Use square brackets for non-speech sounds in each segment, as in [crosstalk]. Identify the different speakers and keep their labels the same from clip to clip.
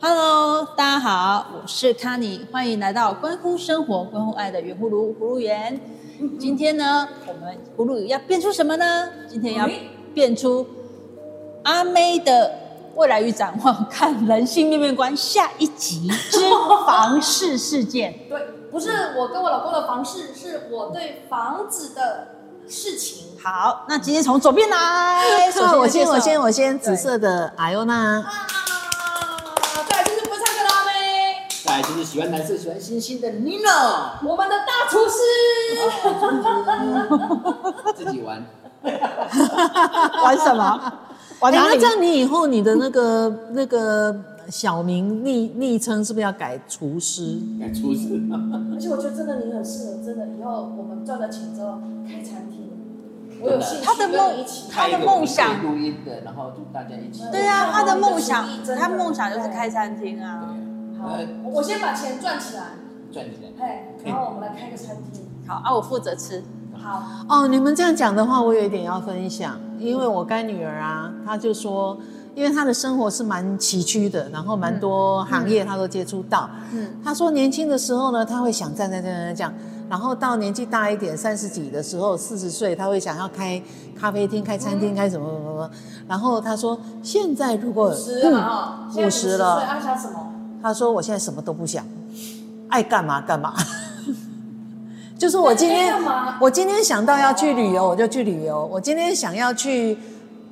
Speaker 1: Hello，大家好，我是 c a n n y 欢迎来到关乎生活、关乎爱的圆葫芦葫芦园。今天呢，我们葫芦要变出什么呢？今天要变出阿妹的未来与展望，看人性面面观下一集之房事事件。
Speaker 2: [laughs] 对，不是我跟我老公的房事，是我对房子的事情。
Speaker 1: 好，那今天从左边 [laughs]
Speaker 3: [laughs]
Speaker 1: 来，首先
Speaker 3: 好，我哎
Speaker 1: 介
Speaker 3: 先，
Speaker 1: 绍
Speaker 3: 我先，我先，
Speaker 1: 对
Speaker 3: 紫色的艾欧娜，
Speaker 2: 啊，再来就是不唱歌的阿妹，
Speaker 4: 再来就是喜欢蓝色、喜欢星星的
Speaker 2: [laughs]
Speaker 4: Nino，
Speaker 2: 我们的大厨师。
Speaker 4: [laughs] 自己玩。
Speaker 1: 玩什么？
Speaker 3: 哎
Speaker 1: 玩哪
Speaker 3: 那
Speaker 1: 里
Speaker 3: 这？样你以后你的那个那个小名昵昵称是不是要改厨师？
Speaker 4: 敢出事？
Speaker 2: 而且我觉得真的你很适合，真的以后我们赚了钱之后开餐厅，我有兴趣
Speaker 1: 他的
Speaker 2: 跟
Speaker 1: 梦
Speaker 2: 你一起。
Speaker 1: 他的梦想
Speaker 4: 开一个我们可以录音的，然后就大家一起。
Speaker 1: 对啊，他的梦想
Speaker 2: 真，的
Speaker 1: 他梦想就是开餐厅啊。
Speaker 2: 好
Speaker 4: 呃，
Speaker 2: 我我先把钱赚起来，
Speaker 4: 赚起来。
Speaker 2: 嘿，然后我们来开个餐厅。
Speaker 1: 好啊，我负责吃。
Speaker 2: 好，
Speaker 3: 哦，你们这样讲的话，我有一点要分享，因为我干女儿啊，她就说，因为她的生活是蛮崎岖的，然后蛮多行业她都接触到。
Speaker 1: 嗯
Speaker 3: 嗯，她说年轻的时候呢，她会想站站站站站，然后到年纪大一点，三十几的时候，四十岁，她会想要开咖啡厅、开餐厅、开什么什么什么。然后她说，现在如果
Speaker 2: 五十了嘛哈，现在
Speaker 3: 五
Speaker 2: 50
Speaker 3: 十了
Speaker 2: 岁，爱想什么？
Speaker 3: 他说我现在什么都不想，爱干嘛干嘛。 [laughs] 就是我今天
Speaker 2: 那该干嘛，
Speaker 3: 我今天想到要去旅游，我就去旅游；我今天想要去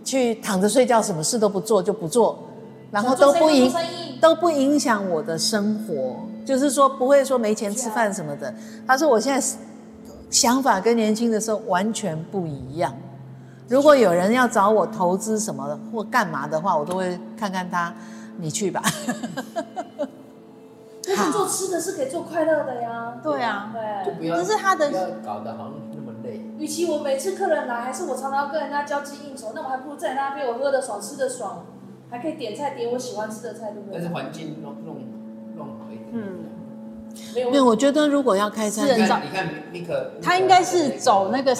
Speaker 3: 去躺着睡觉，什么事都不做就不做，然后都不影
Speaker 2: 想做生意
Speaker 3: 都不影响我的生活，就是说不会说没钱吃饭什么的。他说我现在想法跟年轻的时候完全不一样。如果有人要找我投资什么或干嘛的话，我都会看看他，你去吧。
Speaker 2: 做生意可是做吃的是可以做快乐的呀。
Speaker 1: 对啊
Speaker 2: 对
Speaker 4: 就。不要。
Speaker 1: 这是他的
Speaker 4: 不要搞得好像那么累。
Speaker 2: 与其我每次客人来，还是我常常要跟人家交际应酬，那我还不如在你那边我喝的爽，吃的爽，还可以点菜点我喜欢吃的菜，对不
Speaker 4: 但是
Speaker 2: 对？
Speaker 4: 环境弄弄弄好一点。嗯。
Speaker 2: 没有问
Speaker 3: 对，
Speaker 2: 题。
Speaker 3: 我觉得如果要开餐
Speaker 1: 私人
Speaker 4: 你
Speaker 3: 厅，
Speaker 1: 照
Speaker 4: 看，你看，尼克，
Speaker 1: 他应该是走那个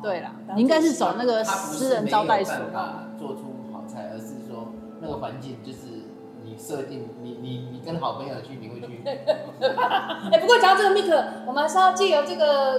Speaker 1: 对啦，
Speaker 2: 了解
Speaker 1: 你应该是走那个
Speaker 4: 他不是
Speaker 1: 私人招待所
Speaker 4: 没有办
Speaker 1: 吧？
Speaker 4: 法做出好菜，而是说那个环境就是你设定，你你你跟好朋友去，你会去。
Speaker 2: 哎、不过讲到这个 Mick，我们还是要借由这个，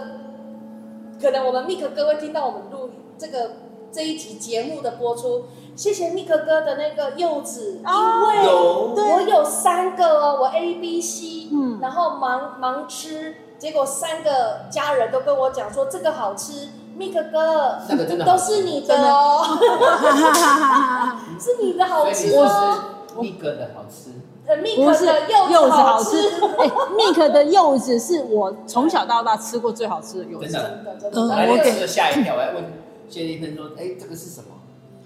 Speaker 2: 可能我们 Mick 哥会听到我们录这个这一集节目的播出，谢谢 Mick 哥的那个柚子，
Speaker 4: 啊
Speaker 1: 哦
Speaker 2: 因为
Speaker 4: 有
Speaker 2: 我有三个哦，我 A、B、C，
Speaker 1: 嗯
Speaker 2: 然后忙忙吃，结果三个家人都跟我讲说这个好吃，密克哥，
Speaker 4: 那个真的好
Speaker 2: 都
Speaker 4: 吃
Speaker 2: 是你的哦，
Speaker 4: 所以你
Speaker 1: 啊
Speaker 2: 是你的好吃哦，
Speaker 4: 是一个的好吃，
Speaker 2: 呃，密
Speaker 1: 不
Speaker 2: 克
Speaker 1: 是
Speaker 2: 的
Speaker 1: 柚
Speaker 2: 子
Speaker 1: 子好吃
Speaker 2: 吃，，
Speaker 1: 哎，Mik 的柚子是我从小到大吃过最好吃的柚
Speaker 4: 真
Speaker 1: 子，
Speaker 4: 的。
Speaker 2: 真的真
Speaker 3: 嗯
Speaker 2: 的，
Speaker 4: 来
Speaker 3: 我
Speaker 4: 那
Speaker 3: 给
Speaker 4: 时候吓一跳，我还问谢医生说：“哎，这个是什么？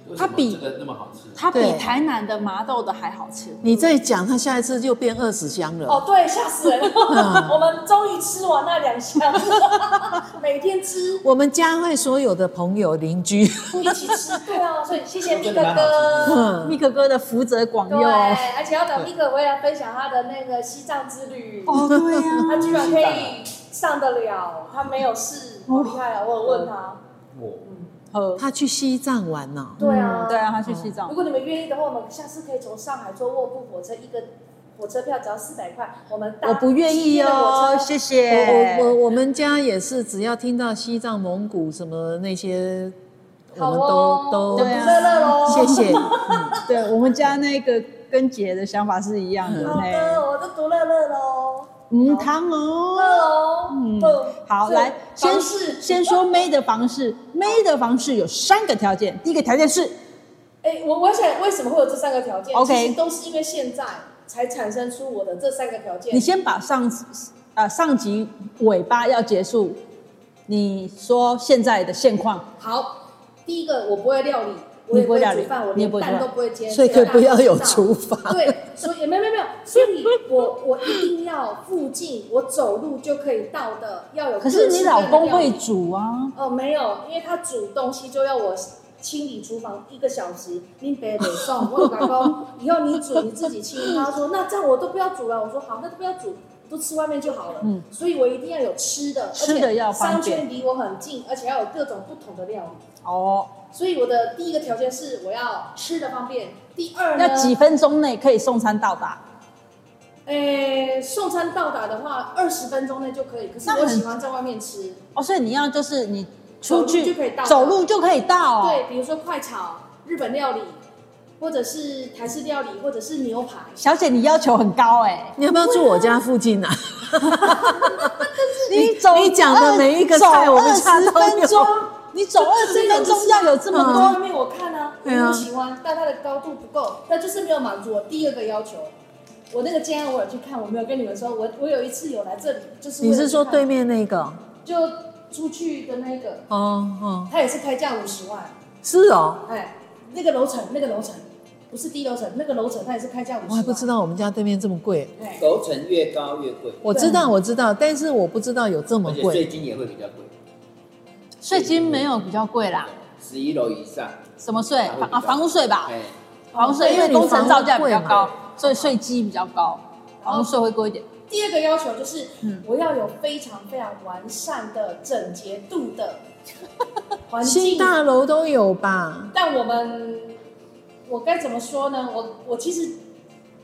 Speaker 4: 为什
Speaker 1: 它
Speaker 4: 么
Speaker 1: 比
Speaker 4: 这个那么好吃？”
Speaker 1: 它比
Speaker 3: 对
Speaker 1: 台南的麻豆的还好吃。
Speaker 3: [laughs] 你再讲，他下一次就变二十箱了。
Speaker 2: 哦，对，吓死人
Speaker 1: 嗯
Speaker 2: 了！我们终于吃完那两箱了，每天吃
Speaker 3: 我们家会所有的朋友邻居， [laughs]
Speaker 2: 一起吃，对啊，所以谢谢密
Speaker 4: 真
Speaker 2: 克
Speaker 4: 的蛮好
Speaker 2: 哥
Speaker 4: 吃。
Speaker 3: 嗯，
Speaker 1: Mik 哥的福泽广
Speaker 2: 对，
Speaker 1: 佑， [laughs] 哦，
Speaker 2: 而且要找 Mik 回来分享他的那个西藏之旅。
Speaker 1: 哦对呀，
Speaker 2: 他居然可以上得了，他没有事，
Speaker 1: 哦
Speaker 2: 好厉害啊！我有问他，
Speaker 4: 我
Speaker 5: 嗯
Speaker 1: 呵，
Speaker 3: 他去西藏玩哦呢、
Speaker 2: 对啊，
Speaker 1: 嗯对。啊，他去西藏
Speaker 2: 如，果你们愿意的话，我们下次可以从上海坐卧铺火车，一个火车票只要四百块，我们搭
Speaker 1: 我不愿意哦，谢谢。
Speaker 3: 我我我我们家也是，只要听到西藏、蒙古什么那些，我
Speaker 2: 好
Speaker 3: 们
Speaker 2: 哦，
Speaker 3: 都都
Speaker 1: 对啊
Speaker 2: 乐乐喽，
Speaker 3: 谢。谢。
Speaker 1: 对我们家那个跟姐的想法是一样的
Speaker 4: 嗯
Speaker 2: 好
Speaker 1: 嘿，
Speaker 2: 的，我就读乐乐喽，
Speaker 1: 嗯，汤哦。
Speaker 2: 乐喽，嗯，
Speaker 1: 好，
Speaker 2: 是
Speaker 1: 来，先
Speaker 2: 方式
Speaker 1: 先说 May 的房事，May 的房事有三个条件，第一个条件是
Speaker 2: 哎，我我想为什么会有这三个条件
Speaker 1: OK
Speaker 2: 其实都是因为现在才产生出我的这三个条件
Speaker 1: 你。先把上呃上集尾巴要结束，你说现在的现况，
Speaker 2: 好，第一个我不会料理，我也
Speaker 1: 你不会料理
Speaker 2: 煮饭，我
Speaker 1: 你也
Speaker 2: 连
Speaker 1: 不会
Speaker 2: 蛋
Speaker 1: 做
Speaker 2: 都不会煎，
Speaker 3: 所以可以
Speaker 2: 蛋
Speaker 3: 不要有
Speaker 2: 知道
Speaker 3: 厨房
Speaker 2: 对，所以没有没有没有，所以我我一定要附近我走路就可以到的，要有各
Speaker 1: 可
Speaker 2: 式各
Speaker 1: 是
Speaker 2: 样的料理。
Speaker 1: 你老公会煮啊，
Speaker 2: 哦，没有，因为他煮东西就要我清理厨房一个小时，你别得送。我有老公，以后你煮你自己清理。他说那这样我都不要煮了。我说好，那都不要煮，都吃外面就好了。
Speaker 1: 嗯
Speaker 2: 所以我一定要有吃的，而且
Speaker 1: 吃的要方
Speaker 2: 商
Speaker 1: 便
Speaker 2: 圈离我很近，而且要有各种不同的料理。
Speaker 1: 哦，
Speaker 2: 所以我的第一个条件是我要吃的方便，第二呢
Speaker 1: 要，几分钟内可以送餐到达，
Speaker 2: 诶，呃送餐到达的话，二十分钟内就可以。可是
Speaker 1: 那很
Speaker 2: 我喜欢在外面吃，
Speaker 1: 哦，所以你要就是你出
Speaker 2: 走路
Speaker 1: 去
Speaker 2: 就可以到
Speaker 1: 走路就可以到哦，
Speaker 2: 对，比如说快炒、日本料理，或者是台式料理，或者是牛排。
Speaker 1: 小姐你要求很高哎，
Speaker 3: 你要不要住我家附近啊？
Speaker 1: 你走
Speaker 3: 你讲的每一个菜我们家
Speaker 1: 二
Speaker 3: 都
Speaker 1: 十
Speaker 3: 有
Speaker 1: 分钟，你走二十分钟要有这么
Speaker 2: 我
Speaker 1: 多
Speaker 2: 在外面我看啊，我
Speaker 3: 对啊
Speaker 2: 很喜欢，但它的高度不够，它就是没有满足我第二个要求。我那个煎鹅我有去看，我没有跟你们说，我我有一次有来这里，就是为
Speaker 3: 你
Speaker 2: 了
Speaker 3: 是说
Speaker 2: 去看
Speaker 3: 对面那个？
Speaker 2: 就出去的那个，
Speaker 3: 哦哦，
Speaker 2: 他也是开价五十万，
Speaker 3: 是哦，
Speaker 2: 哎，那个楼层那个楼层不是低楼层，那个楼层他也是开价五十万，
Speaker 3: 我还不知道我们家对面这么贵。
Speaker 2: 哎，
Speaker 5: 楼层越高越贵，
Speaker 3: 我知道，我知道，但是我不知道有这么
Speaker 5: 而且税
Speaker 3: 贵。
Speaker 5: 金也会比较贵，
Speaker 1: 税金没有比较贵啦，
Speaker 5: 十一楼以上，
Speaker 1: 什么税
Speaker 5: 还会比较
Speaker 1: 啊？房屋税吧，
Speaker 5: 哎，
Speaker 1: 房屋哦税因
Speaker 3: 因为
Speaker 1: 为
Speaker 3: 你
Speaker 1: 工程造价比较
Speaker 3: 房屋
Speaker 1: 高，所以税基比较高，房屋税会贵一点。
Speaker 2: 第二个要求就是
Speaker 1: 嗯，
Speaker 2: 我要有非常非常完善的整洁度的环
Speaker 3: 新
Speaker 2: 境。
Speaker 3: 大楼都有吧？
Speaker 2: 但我们，我该怎么说呢？我我其实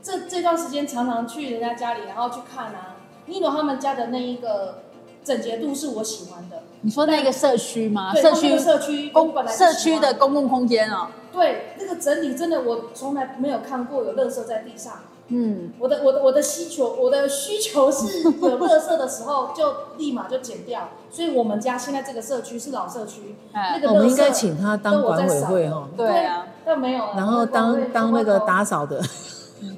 Speaker 2: 这这段时间常常去人家家里，然后去看啊，一楼他们家的那一个整洁度是我喜欢的，
Speaker 1: 你说那个社区吗？
Speaker 2: 对
Speaker 1: 啊社
Speaker 2: 他们
Speaker 1: 区
Speaker 2: 的社区我本
Speaker 1: 公
Speaker 2: 来就
Speaker 1: 社区
Speaker 2: 喜欢
Speaker 1: 的公共空间哦，
Speaker 2: 对那个整理真的我从来没有看过有垃圾在地上。
Speaker 1: 嗯，
Speaker 2: 我的我的我的需求，我的需求是有垃圾的时候就立马就剪掉， [laughs] 所以我们家现在这个社区是老社区，那
Speaker 1: 哎，
Speaker 2: 个
Speaker 3: 我们
Speaker 2: 垃圾
Speaker 3: 应该请他当管委会哦，
Speaker 1: 对啊，
Speaker 2: 但没有啊，
Speaker 3: 然
Speaker 2: 管委
Speaker 3: 后当
Speaker 2: 会
Speaker 3: 当那个，打扫的。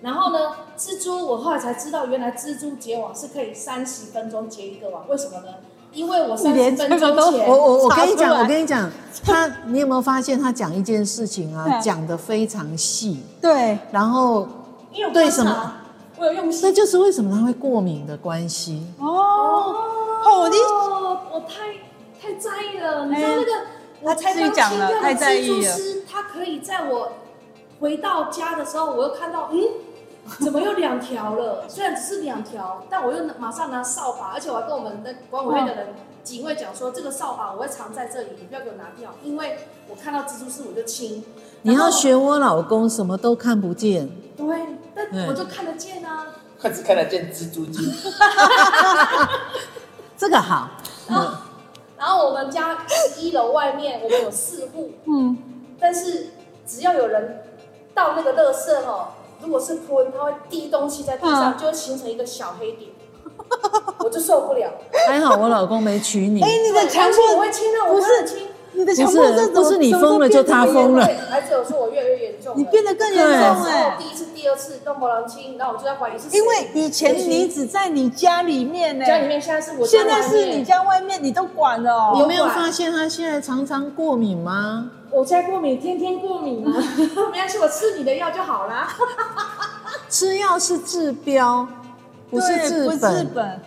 Speaker 2: 然后呢，蜘蛛我后来才知道，原来蜘蛛结网是可以三十分钟结一个网，为什么呢？因为我三
Speaker 1: 连
Speaker 2: 十
Speaker 1: 这
Speaker 2: 分
Speaker 1: 个
Speaker 2: 钟
Speaker 1: 都
Speaker 2: 前
Speaker 3: [laughs] 我我我跟
Speaker 1: 查
Speaker 3: 你
Speaker 1: 出
Speaker 3: 讲，
Speaker 1: 来
Speaker 3: 我跟你讲，他你有没有发现他讲一件事情 [laughs] 啊，
Speaker 1: 嗯
Speaker 3: 讲的非常细，
Speaker 1: 对，
Speaker 3: 然后
Speaker 2: 因为我
Speaker 3: 对
Speaker 2: 观
Speaker 3: 什
Speaker 2: 察
Speaker 3: 么，
Speaker 2: 我有用心啊
Speaker 3: 那就是为什么他会过敏的关 [laughs] 系。
Speaker 1: 哦，
Speaker 2: 哦
Speaker 1: 哦你
Speaker 2: 我太太在意了，你知道那个，我
Speaker 1: 他
Speaker 2: 才
Speaker 1: 自己
Speaker 2: 刚
Speaker 1: 讲
Speaker 2: 清
Speaker 1: 了
Speaker 2: 掉
Speaker 1: 太
Speaker 2: 的
Speaker 1: 在
Speaker 2: 蜘
Speaker 1: 意
Speaker 2: 蛛
Speaker 1: 了
Speaker 2: 丝，它可以在我回到家的时候，我又看到，嗯，怎么又两条了？ [laughs] 虽然只是两条，但我又马上拿扫把，而且我还跟我们的管委会的人。警卫讲说：“这个扫把我会藏在这里，你不要给我拿掉，因为我看到蜘蛛丝我就清。
Speaker 3: 你
Speaker 2: 然
Speaker 3: 要
Speaker 2: 后
Speaker 3: 学我老公，什么都看不见，
Speaker 2: 对，但
Speaker 3: 嗯
Speaker 2: 我就看得见啊。
Speaker 5: 他只看得见蜘蛛 [laughs] 精，
Speaker 3: 这个好。 [laughs]
Speaker 2: 然后，然后我们家十一楼外面我们有四户，
Speaker 1: 嗯，
Speaker 2: 但是只要有人倒那个垃圾哦，如果是喷，它会滴东西在地
Speaker 1: 嗯
Speaker 2: 上，就会形成一个小黑点， [laughs] 我就受不了。
Speaker 3: 还好我老公没娶你
Speaker 1: 哎，，你的强
Speaker 2: 而且我
Speaker 1: 迫，
Speaker 2: 会亲啊到
Speaker 1: 不
Speaker 2: 我
Speaker 1: 是
Speaker 2: 很亲，
Speaker 1: 你的
Speaker 3: 不
Speaker 1: 强迫症
Speaker 3: 是
Speaker 1: 怎么
Speaker 3: 不是你疯了就他
Speaker 2: 我
Speaker 3: 疯
Speaker 2: 也
Speaker 3: 了。
Speaker 2: 会孩子有说我越来越严重了，
Speaker 1: 你变得更严重
Speaker 2: 然后
Speaker 1: 哎，
Speaker 2: 第一次、第二次都没人亲，然后我就在怀疑是谁
Speaker 1: 因为以前你只在你家里面呢，
Speaker 2: 家里面现在是我家
Speaker 1: 现
Speaker 2: 外面，
Speaker 1: 在是你家外面你都管了哦，
Speaker 3: 你没有发现他现在常常过敏吗？
Speaker 2: 我家过敏，天天过敏啊， [laughs] 没关系，我吃你的药就好啦。
Speaker 3: 吃药是治标，不是
Speaker 1: 对
Speaker 3: 治
Speaker 1: 不是
Speaker 3: 本
Speaker 1: 治。本，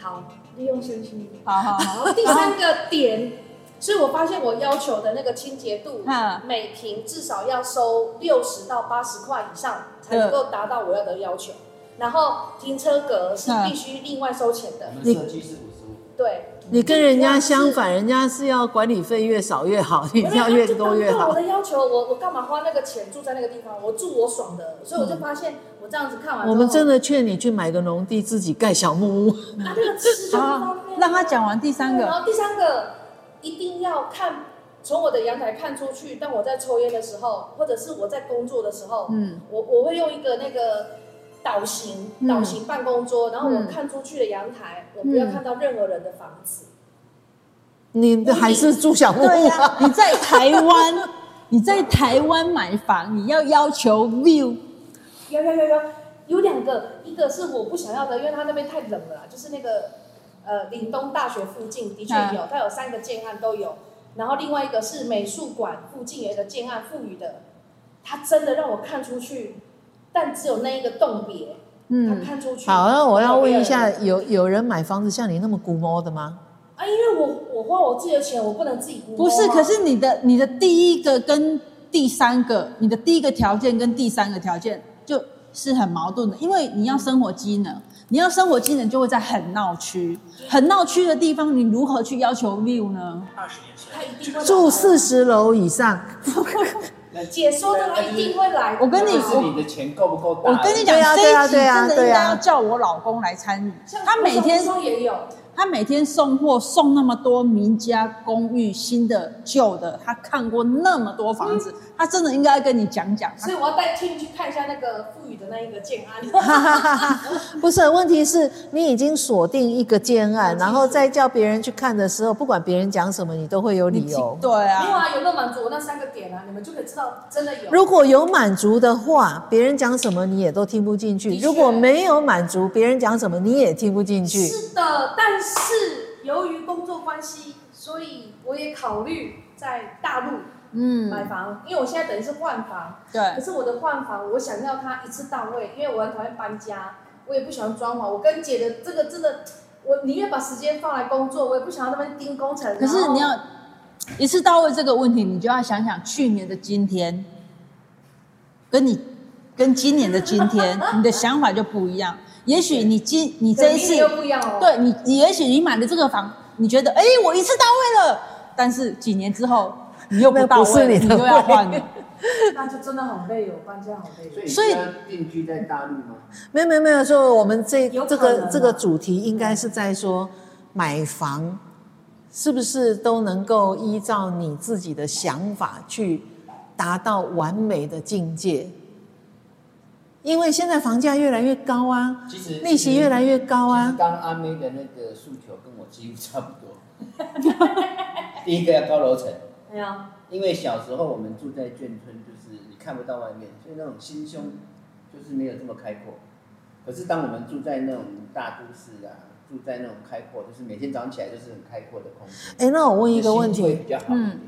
Speaker 2: 好，利用身心。
Speaker 1: 好好好，
Speaker 2: 然后第三个点，所以我发现我要求的那个清洁度
Speaker 1: 嗯，
Speaker 2: 每瓶至少要收六十到八十块以上，才能够达到我要的要求。然后停车格是必须另外收钱的
Speaker 4: 我，们社区是五十五。
Speaker 2: 对，
Speaker 3: 你跟人家相反，人家是要管理费越少越好，你要越多越
Speaker 2: 我哎
Speaker 3: 好
Speaker 2: 的。要求，我我干嘛花那个钱住在那个地方？我住我爽的，所以我就发现我这样子看完之后，
Speaker 3: 我们真
Speaker 2: 的
Speaker 3: 的劝你去买个农地，自己盖小木屋。
Speaker 2: 啊，那个吃就不
Speaker 1: 好
Speaker 3: 啊
Speaker 2: 方便，
Speaker 1: 让他讲完第三
Speaker 2: 然
Speaker 1: 个，
Speaker 2: 后第三个，一定要看从我的阳台看出去。当我在抽烟的时候，或者是我在工作的时候，
Speaker 1: 嗯，
Speaker 2: 我我会用一个那个岛型
Speaker 1: 嗯
Speaker 2: 岛型办公桌，然后我
Speaker 1: 嗯
Speaker 2: 看出去的阳台，我不要看到任何人的房子。
Speaker 3: 你还是住小木
Speaker 1: 对
Speaker 3: 屋
Speaker 1: 呀，你在台湾，你在台湾买房，你要要求 view，
Speaker 2: 有有有有有两个，一个是我不想要的，因为它那边太冷了啦，就是那个呃岭东大学附近的确有，它有三个建案都有。然后另外一个是美术馆附近有一个建案赋予的，它真的让我看出去，但只有那一个洞别，它
Speaker 1: 嗯，
Speaker 2: 看出去。
Speaker 3: 好，那我要问一下，
Speaker 2: 没有人
Speaker 3: 有有人买房子像你那么估摸的吗？
Speaker 2: 啊，因为我我花我自己的钱，我不能自己估摸
Speaker 1: 不
Speaker 2: 吗
Speaker 1: 是，可是你的你的第一个跟第三个，你的第一个条件跟第三个条件就是很矛盾的，因为你要生活机能，你要生活机能就会在很闹区，很闹区的地方，你如何去要求 view 呢？
Speaker 6: 二十年前
Speaker 2: 他一定会来
Speaker 3: 住四十楼以上，
Speaker 5: 那
Speaker 2: 姐说的，他一定会来。
Speaker 1: 我跟
Speaker 5: 那
Speaker 1: 你
Speaker 5: 就是你的钱够不够大？
Speaker 1: 我跟你讲，
Speaker 3: 对啊
Speaker 1: 这
Speaker 3: 对啊
Speaker 1: 一集
Speaker 3: 对啊
Speaker 1: 真的
Speaker 3: 对
Speaker 1: 应该
Speaker 3: 啊
Speaker 1: 要叫我老公来参与。
Speaker 2: 像
Speaker 1: 他每天
Speaker 2: 说也有，
Speaker 1: 他每天送货送那么多名家公寓，新的旧的，他看过那么多房子，
Speaker 2: 嗯
Speaker 1: 他真的应该跟你讲 [laughs] 讲。
Speaker 2: 所以我要带 Tim 去看一下那个富宇的那一个建
Speaker 1: [laughs]
Speaker 2: 安。 [laughs]
Speaker 3: 不是，问题是你已经锁定一个建案，然后再叫别人去看的时候，不管别人讲什么，你都会有理由。
Speaker 1: 对
Speaker 2: 没有
Speaker 1: 啊，
Speaker 2: 啊，有没有满足我那三个点啊？你们就可以知道真的有。
Speaker 3: 如果有满足的话，别人讲什么你也都听不进去；
Speaker 2: 的确
Speaker 3: 如果没有满足，别人讲什么你也听不进去。
Speaker 2: 是的，但是由于工作关系，所以我也考虑在大陆买
Speaker 1: 嗯，
Speaker 2: 房，因为我现在等于是换房，可
Speaker 1: 对，
Speaker 2: 是我的换房我想要它一次到位，因为我很讨厌搬家，我也不喜欢装潢。我跟姐的这个真的，我宁愿把时间放来工作，我也不想要那边盯工程。
Speaker 1: 可
Speaker 2: 然
Speaker 1: 是
Speaker 2: 后
Speaker 1: 你要一次到位这个问题，你就要想想去年的今天，跟你跟今年的今
Speaker 2: [laughs]
Speaker 1: 天，你的想法就不一样。也许你今你这一
Speaker 2: 对
Speaker 1: 次
Speaker 2: 明年又不一样哦。
Speaker 1: 对你，你也许你买的这个房，你觉得哎、诶我一次到位了，但是几年之后你又不
Speaker 3: 那
Speaker 1: 到
Speaker 3: 不
Speaker 1: 位，
Speaker 3: 是你的
Speaker 1: 又要
Speaker 3: 位
Speaker 1: 换了。
Speaker 2: 那就真的很累哦，搬家好累。
Speaker 4: 所以
Speaker 1: 所以
Speaker 4: 你现在定居在大陆吗？
Speaker 3: 没有没有没有，说我们这
Speaker 2: 有可
Speaker 3: 这个
Speaker 2: 能啊
Speaker 3: 这个主题应该是在说买房是不是都能够依照你自己的想法去达到完美的境界？因为现在房价越来越高啊，
Speaker 5: 其实
Speaker 3: 利息越来越高
Speaker 5: 其
Speaker 3: 啊
Speaker 5: 实。刚阿妹的那个诉求跟我几乎差不
Speaker 1: [laughs]
Speaker 5: 多。第一个要高楼层，
Speaker 2: 没
Speaker 1: 啊
Speaker 2: 有，
Speaker 5: 因为小时候我们住在眷村，就是你看不到外面，所以那种心胸就是没有这么开阔。可是当我们住在那种大都市啊，住在那种开阔，就是每天早上起来就是很开阔的空间。
Speaker 3: 哎，那我问一个问
Speaker 5: 心会
Speaker 3: 题，
Speaker 5: 比较好。
Speaker 1: 嗯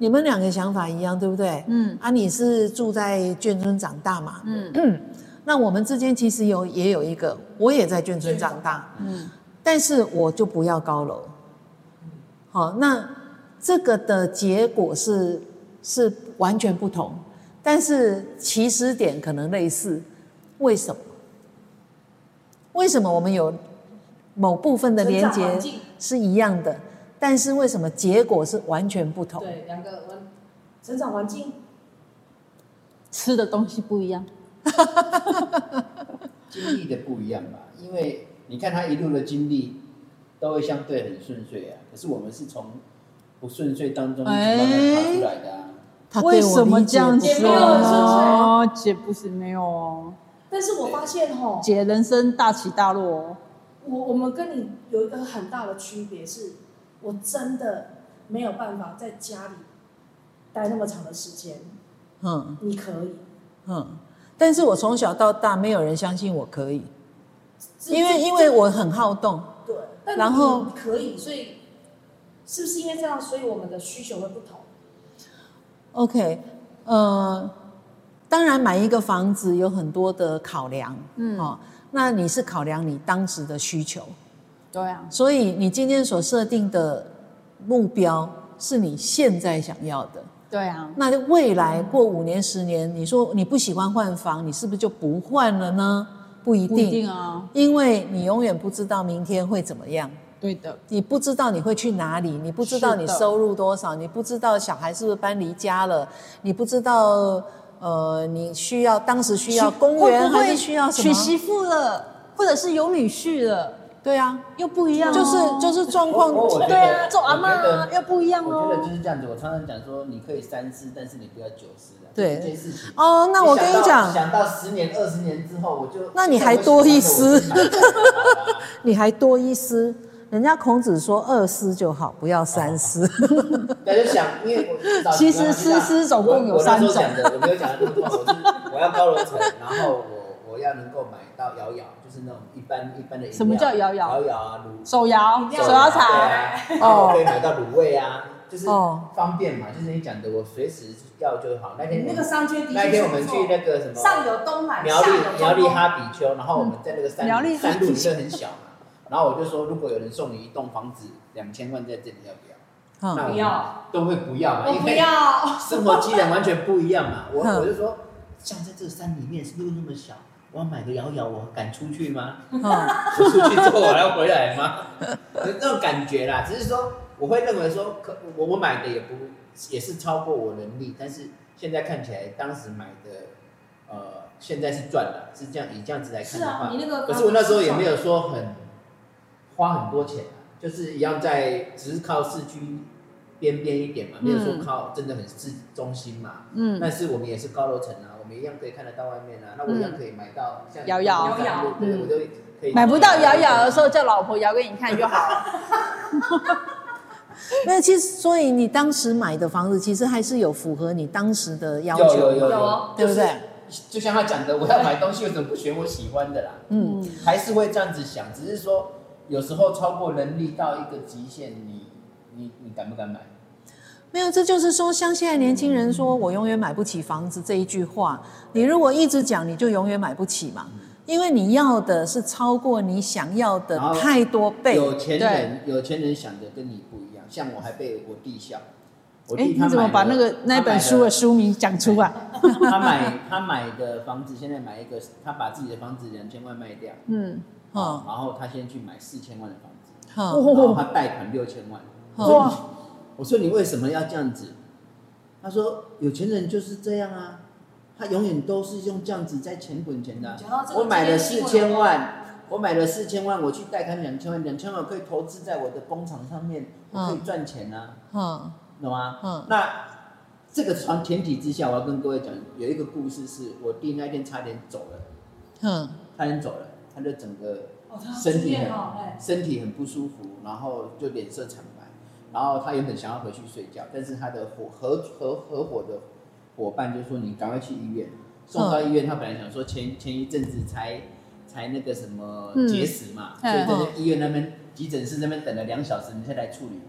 Speaker 3: 你们两个想法一样，对不对？
Speaker 1: 嗯
Speaker 3: 啊，你是住在眷村长大嘛？
Speaker 1: 嗯
Speaker 3: [clears throat] 那我们之间其实有也有一个，我也在眷村长大，
Speaker 1: 嗯，
Speaker 3: 但是我就不要高楼。好，那这个的结果是是完全不同，但是起始点可能类似。为什么？为什么我们有某部分的连
Speaker 2: 成长环
Speaker 3: 接
Speaker 2: 境
Speaker 3: 是一样的，但是为什么结果是完全不同？
Speaker 2: 对两个我成长环境
Speaker 1: 吃的东西不一样。
Speaker 5: 经历的不一样吧，因为你看他一路的经历都会相对很顺遂啊，可是我们是从不顺遂当中一直慢慢爬出来的啊。
Speaker 3: 他对
Speaker 1: 为
Speaker 3: 我
Speaker 1: 什么
Speaker 3: 理解
Speaker 1: 这样
Speaker 3: 不
Speaker 1: 说
Speaker 2: 也没有很顺遂啊
Speaker 1: 呢？姐不是没有哦，
Speaker 2: 但是我发现吼，
Speaker 1: 姐人生大起大落哦。
Speaker 2: 我我们跟你有一个很大的区别是，我真的没有办法在家里待那么长的时间。
Speaker 3: 嗯
Speaker 2: 你可以，
Speaker 3: 嗯，但是我从小到大没有人相信我可以，
Speaker 2: 这
Speaker 3: 因为因为我很好动。
Speaker 2: 对，但
Speaker 3: 然后
Speaker 2: 你可以，所以是不是因为这样，所以我们的需求会不同？
Speaker 3: OK，呃，当然买一个房子有很多的考量，嗯，哦，那你是考量你当时的需求，
Speaker 1: 对啊，
Speaker 3: 所以你今天所设定的目标是你现在想要的。
Speaker 1: 对啊，
Speaker 3: 那就未来过五年、十年，你说你不喜欢换房，你是不是就不换了呢？不一定，
Speaker 1: 不一定啊，
Speaker 3: 因为你永远不知道明天会怎么样。
Speaker 1: 对的，
Speaker 3: 你不知道你会去哪里，你不知道你收入多少，你不知道小孩是不是搬离家了，你不知道呃，你需要当时需要公园
Speaker 1: 会不会
Speaker 3: 还是需要什
Speaker 1: 娶
Speaker 3: 么？
Speaker 1: 媳妇了，或者是有女婿了，
Speaker 3: 对啊，
Speaker 1: 又不一样哦。
Speaker 3: 就是就是状况
Speaker 5: 我我觉得
Speaker 1: 对啊，做阿
Speaker 5: 我觉
Speaker 1: 妈
Speaker 5: 得
Speaker 1: 又不一样
Speaker 5: 我
Speaker 1: 哦。
Speaker 5: 觉得就是这样子，我常常讲说，你可以三思，但是你不要九思啊。
Speaker 3: 对
Speaker 5: 这件事情。
Speaker 3: 哦。那我跟你
Speaker 5: 想到
Speaker 3: 讲，
Speaker 5: 想到十年、二十年之后，我就
Speaker 3: 那你还多一丝
Speaker 5: 现在我喜欢的我就买了
Speaker 3: 你还多一思，人家孔子说二思就好，不要三思。
Speaker 5: 那就想，因为我早
Speaker 1: 其实思思总共有三种
Speaker 5: 我我那时候讲的，我没有讲的那么多，我是我要高楼层，然后我我要能够买到摇摇，就是那种一般一般的饮料。
Speaker 1: 什么叫摇摇
Speaker 5: 摇摇啊，卤
Speaker 1: 手摇
Speaker 2: 一定要
Speaker 1: 手摇
Speaker 5: 对
Speaker 1: 茶，
Speaker 5: 啊，然后我可以买到卤味啊，就是
Speaker 3: 哦
Speaker 5: 方便嘛，就是你讲的，我随时要就好。那天
Speaker 2: 哎那个商圈的
Speaker 5: 那
Speaker 2: 确
Speaker 5: 一天
Speaker 2: 是
Speaker 5: 我
Speaker 2: 不
Speaker 5: 们
Speaker 2: 错
Speaker 5: 去。那个什么
Speaker 2: 上有东海，
Speaker 5: 苗
Speaker 2: 下
Speaker 5: 栗
Speaker 2: 有
Speaker 5: 苗
Speaker 2: 中
Speaker 5: 栗
Speaker 2: 东，
Speaker 5: 哈比丘，然后我们在那个山
Speaker 1: 苗栗哈
Speaker 5: 山
Speaker 1: 比丘
Speaker 5: 路里面很小嘛，然后我就说，如果有人送你一栋房子两千万在这里，要不要？那
Speaker 3: 嗯
Speaker 5: 我
Speaker 2: 不要，
Speaker 5: 都会不要嘛，
Speaker 2: 我
Speaker 5: 因
Speaker 2: 不
Speaker 5: 为 [laughs]
Speaker 2: 要。
Speaker 5: 生活机能完全不一样嘛。我
Speaker 3: 嗯
Speaker 5: 我就说，像在这个山里面，路那么小，我要买个摇摇，我敢出去吗？
Speaker 3: [laughs] 哦，
Speaker 5: 我出去之后我还要回来吗？那种感觉啦，只是说我会认为说，可我我买的也不也是超过我能力，但是现在看起来当时买的，呃，现在是赚了，是这样以这样子来看
Speaker 6: 是
Speaker 5: 的话，
Speaker 6: 啊，你那个
Speaker 5: 可是我那时候也没有说很花很多钱、啊，就是一样在只是靠市区边边一点嘛，没有
Speaker 6: 嗯
Speaker 5: 说靠真的很市中心嘛。
Speaker 1: 嗯，
Speaker 5: 但是我们也是高楼层啊，我们一样可以看得到外面啊，那我一样可以买到像
Speaker 1: 摇摇
Speaker 6: 摇摇
Speaker 5: 对，
Speaker 3: 嗯
Speaker 5: 我就可以
Speaker 1: 买不到摇摇的时候，叫老婆摇给你看就好了。
Speaker 3: 那其实所以你当时买的房子其实还是有符合你当时的要
Speaker 5: 有有
Speaker 3: 求，
Speaker 5: 有
Speaker 6: 有
Speaker 5: 有
Speaker 6: 哦，
Speaker 3: 对不对？
Speaker 5: 就像他讲的，我要买东西为什么不选我喜欢的啦？
Speaker 3: 嗯，
Speaker 5: 还是会这样子想，只是说有时候超过能力到一个极限，你你你敢不敢买？
Speaker 3: 没有，这就是说，像现在年轻人说“我永远买不起房子”这一句话，你如果一直讲，你就永远买不起嘛，
Speaker 5: 嗯
Speaker 3: 因为你要的是超过你想要的
Speaker 5: 然后
Speaker 3: 太多倍。
Speaker 5: 有钱人有钱人想的跟你不一样，像我还被我弟笑，我
Speaker 1: 哎，
Speaker 5: 弟他
Speaker 1: 你怎么
Speaker 5: 买
Speaker 1: 把
Speaker 5: 了
Speaker 1: 那个那一本书的书名讲出来？
Speaker 5: 他买了他买他买的房子，现在买一个，他把自己的房子两千万卖掉，
Speaker 1: 嗯，
Speaker 3: 嗯
Speaker 5: 然后他先去买四千万的房子，
Speaker 3: 嗯
Speaker 5: 然后
Speaker 1: 哦，
Speaker 5: 他贷款六千万。
Speaker 3: 哇
Speaker 5: 我说你为什么要这样子？他说有钱人就是这样啊，他永远都是用这样子在钱滚钱的啊、
Speaker 6: 讲到这个
Speaker 5: 我买了
Speaker 6: 这
Speaker 5: 四
Speaker 6: 件事
Speaker 5: 千万，我买了四千万，我去贷款两千万，两千万可以投资在我的工厂上面，我可以赚钱啊，
Speaker 3: 嗯
Speaker 5: 懂吗？
Speaker 3: 嗯
Speaker 5: 那这个前前提之下，我要跟各位讲，有一个故事是我弟那天差点走了，
Speaker 3: 嗯
Speaker 5: 差点走了，他就整个
Speaker 6: 哦他
Speaker 5: 身体
Speaker 2: 啊
Speaker 5: 很
Speaker 6: 很好，哎，
Speaker 5: 身体很不舒服，然后就脸色惨白。然后他原本想要回去睡觉，但是他的伙合合合伙的伙伴就说：“你赶快去医院。”送到医院，他本来想说前前一阵子才才那个什么
Speaker 1: 嗯
Speaker 5: 结石嘛，
Speaker 1: 嗯
Speaker 5: 所以在医院那边急诊室那边等了两小时，你才来处理。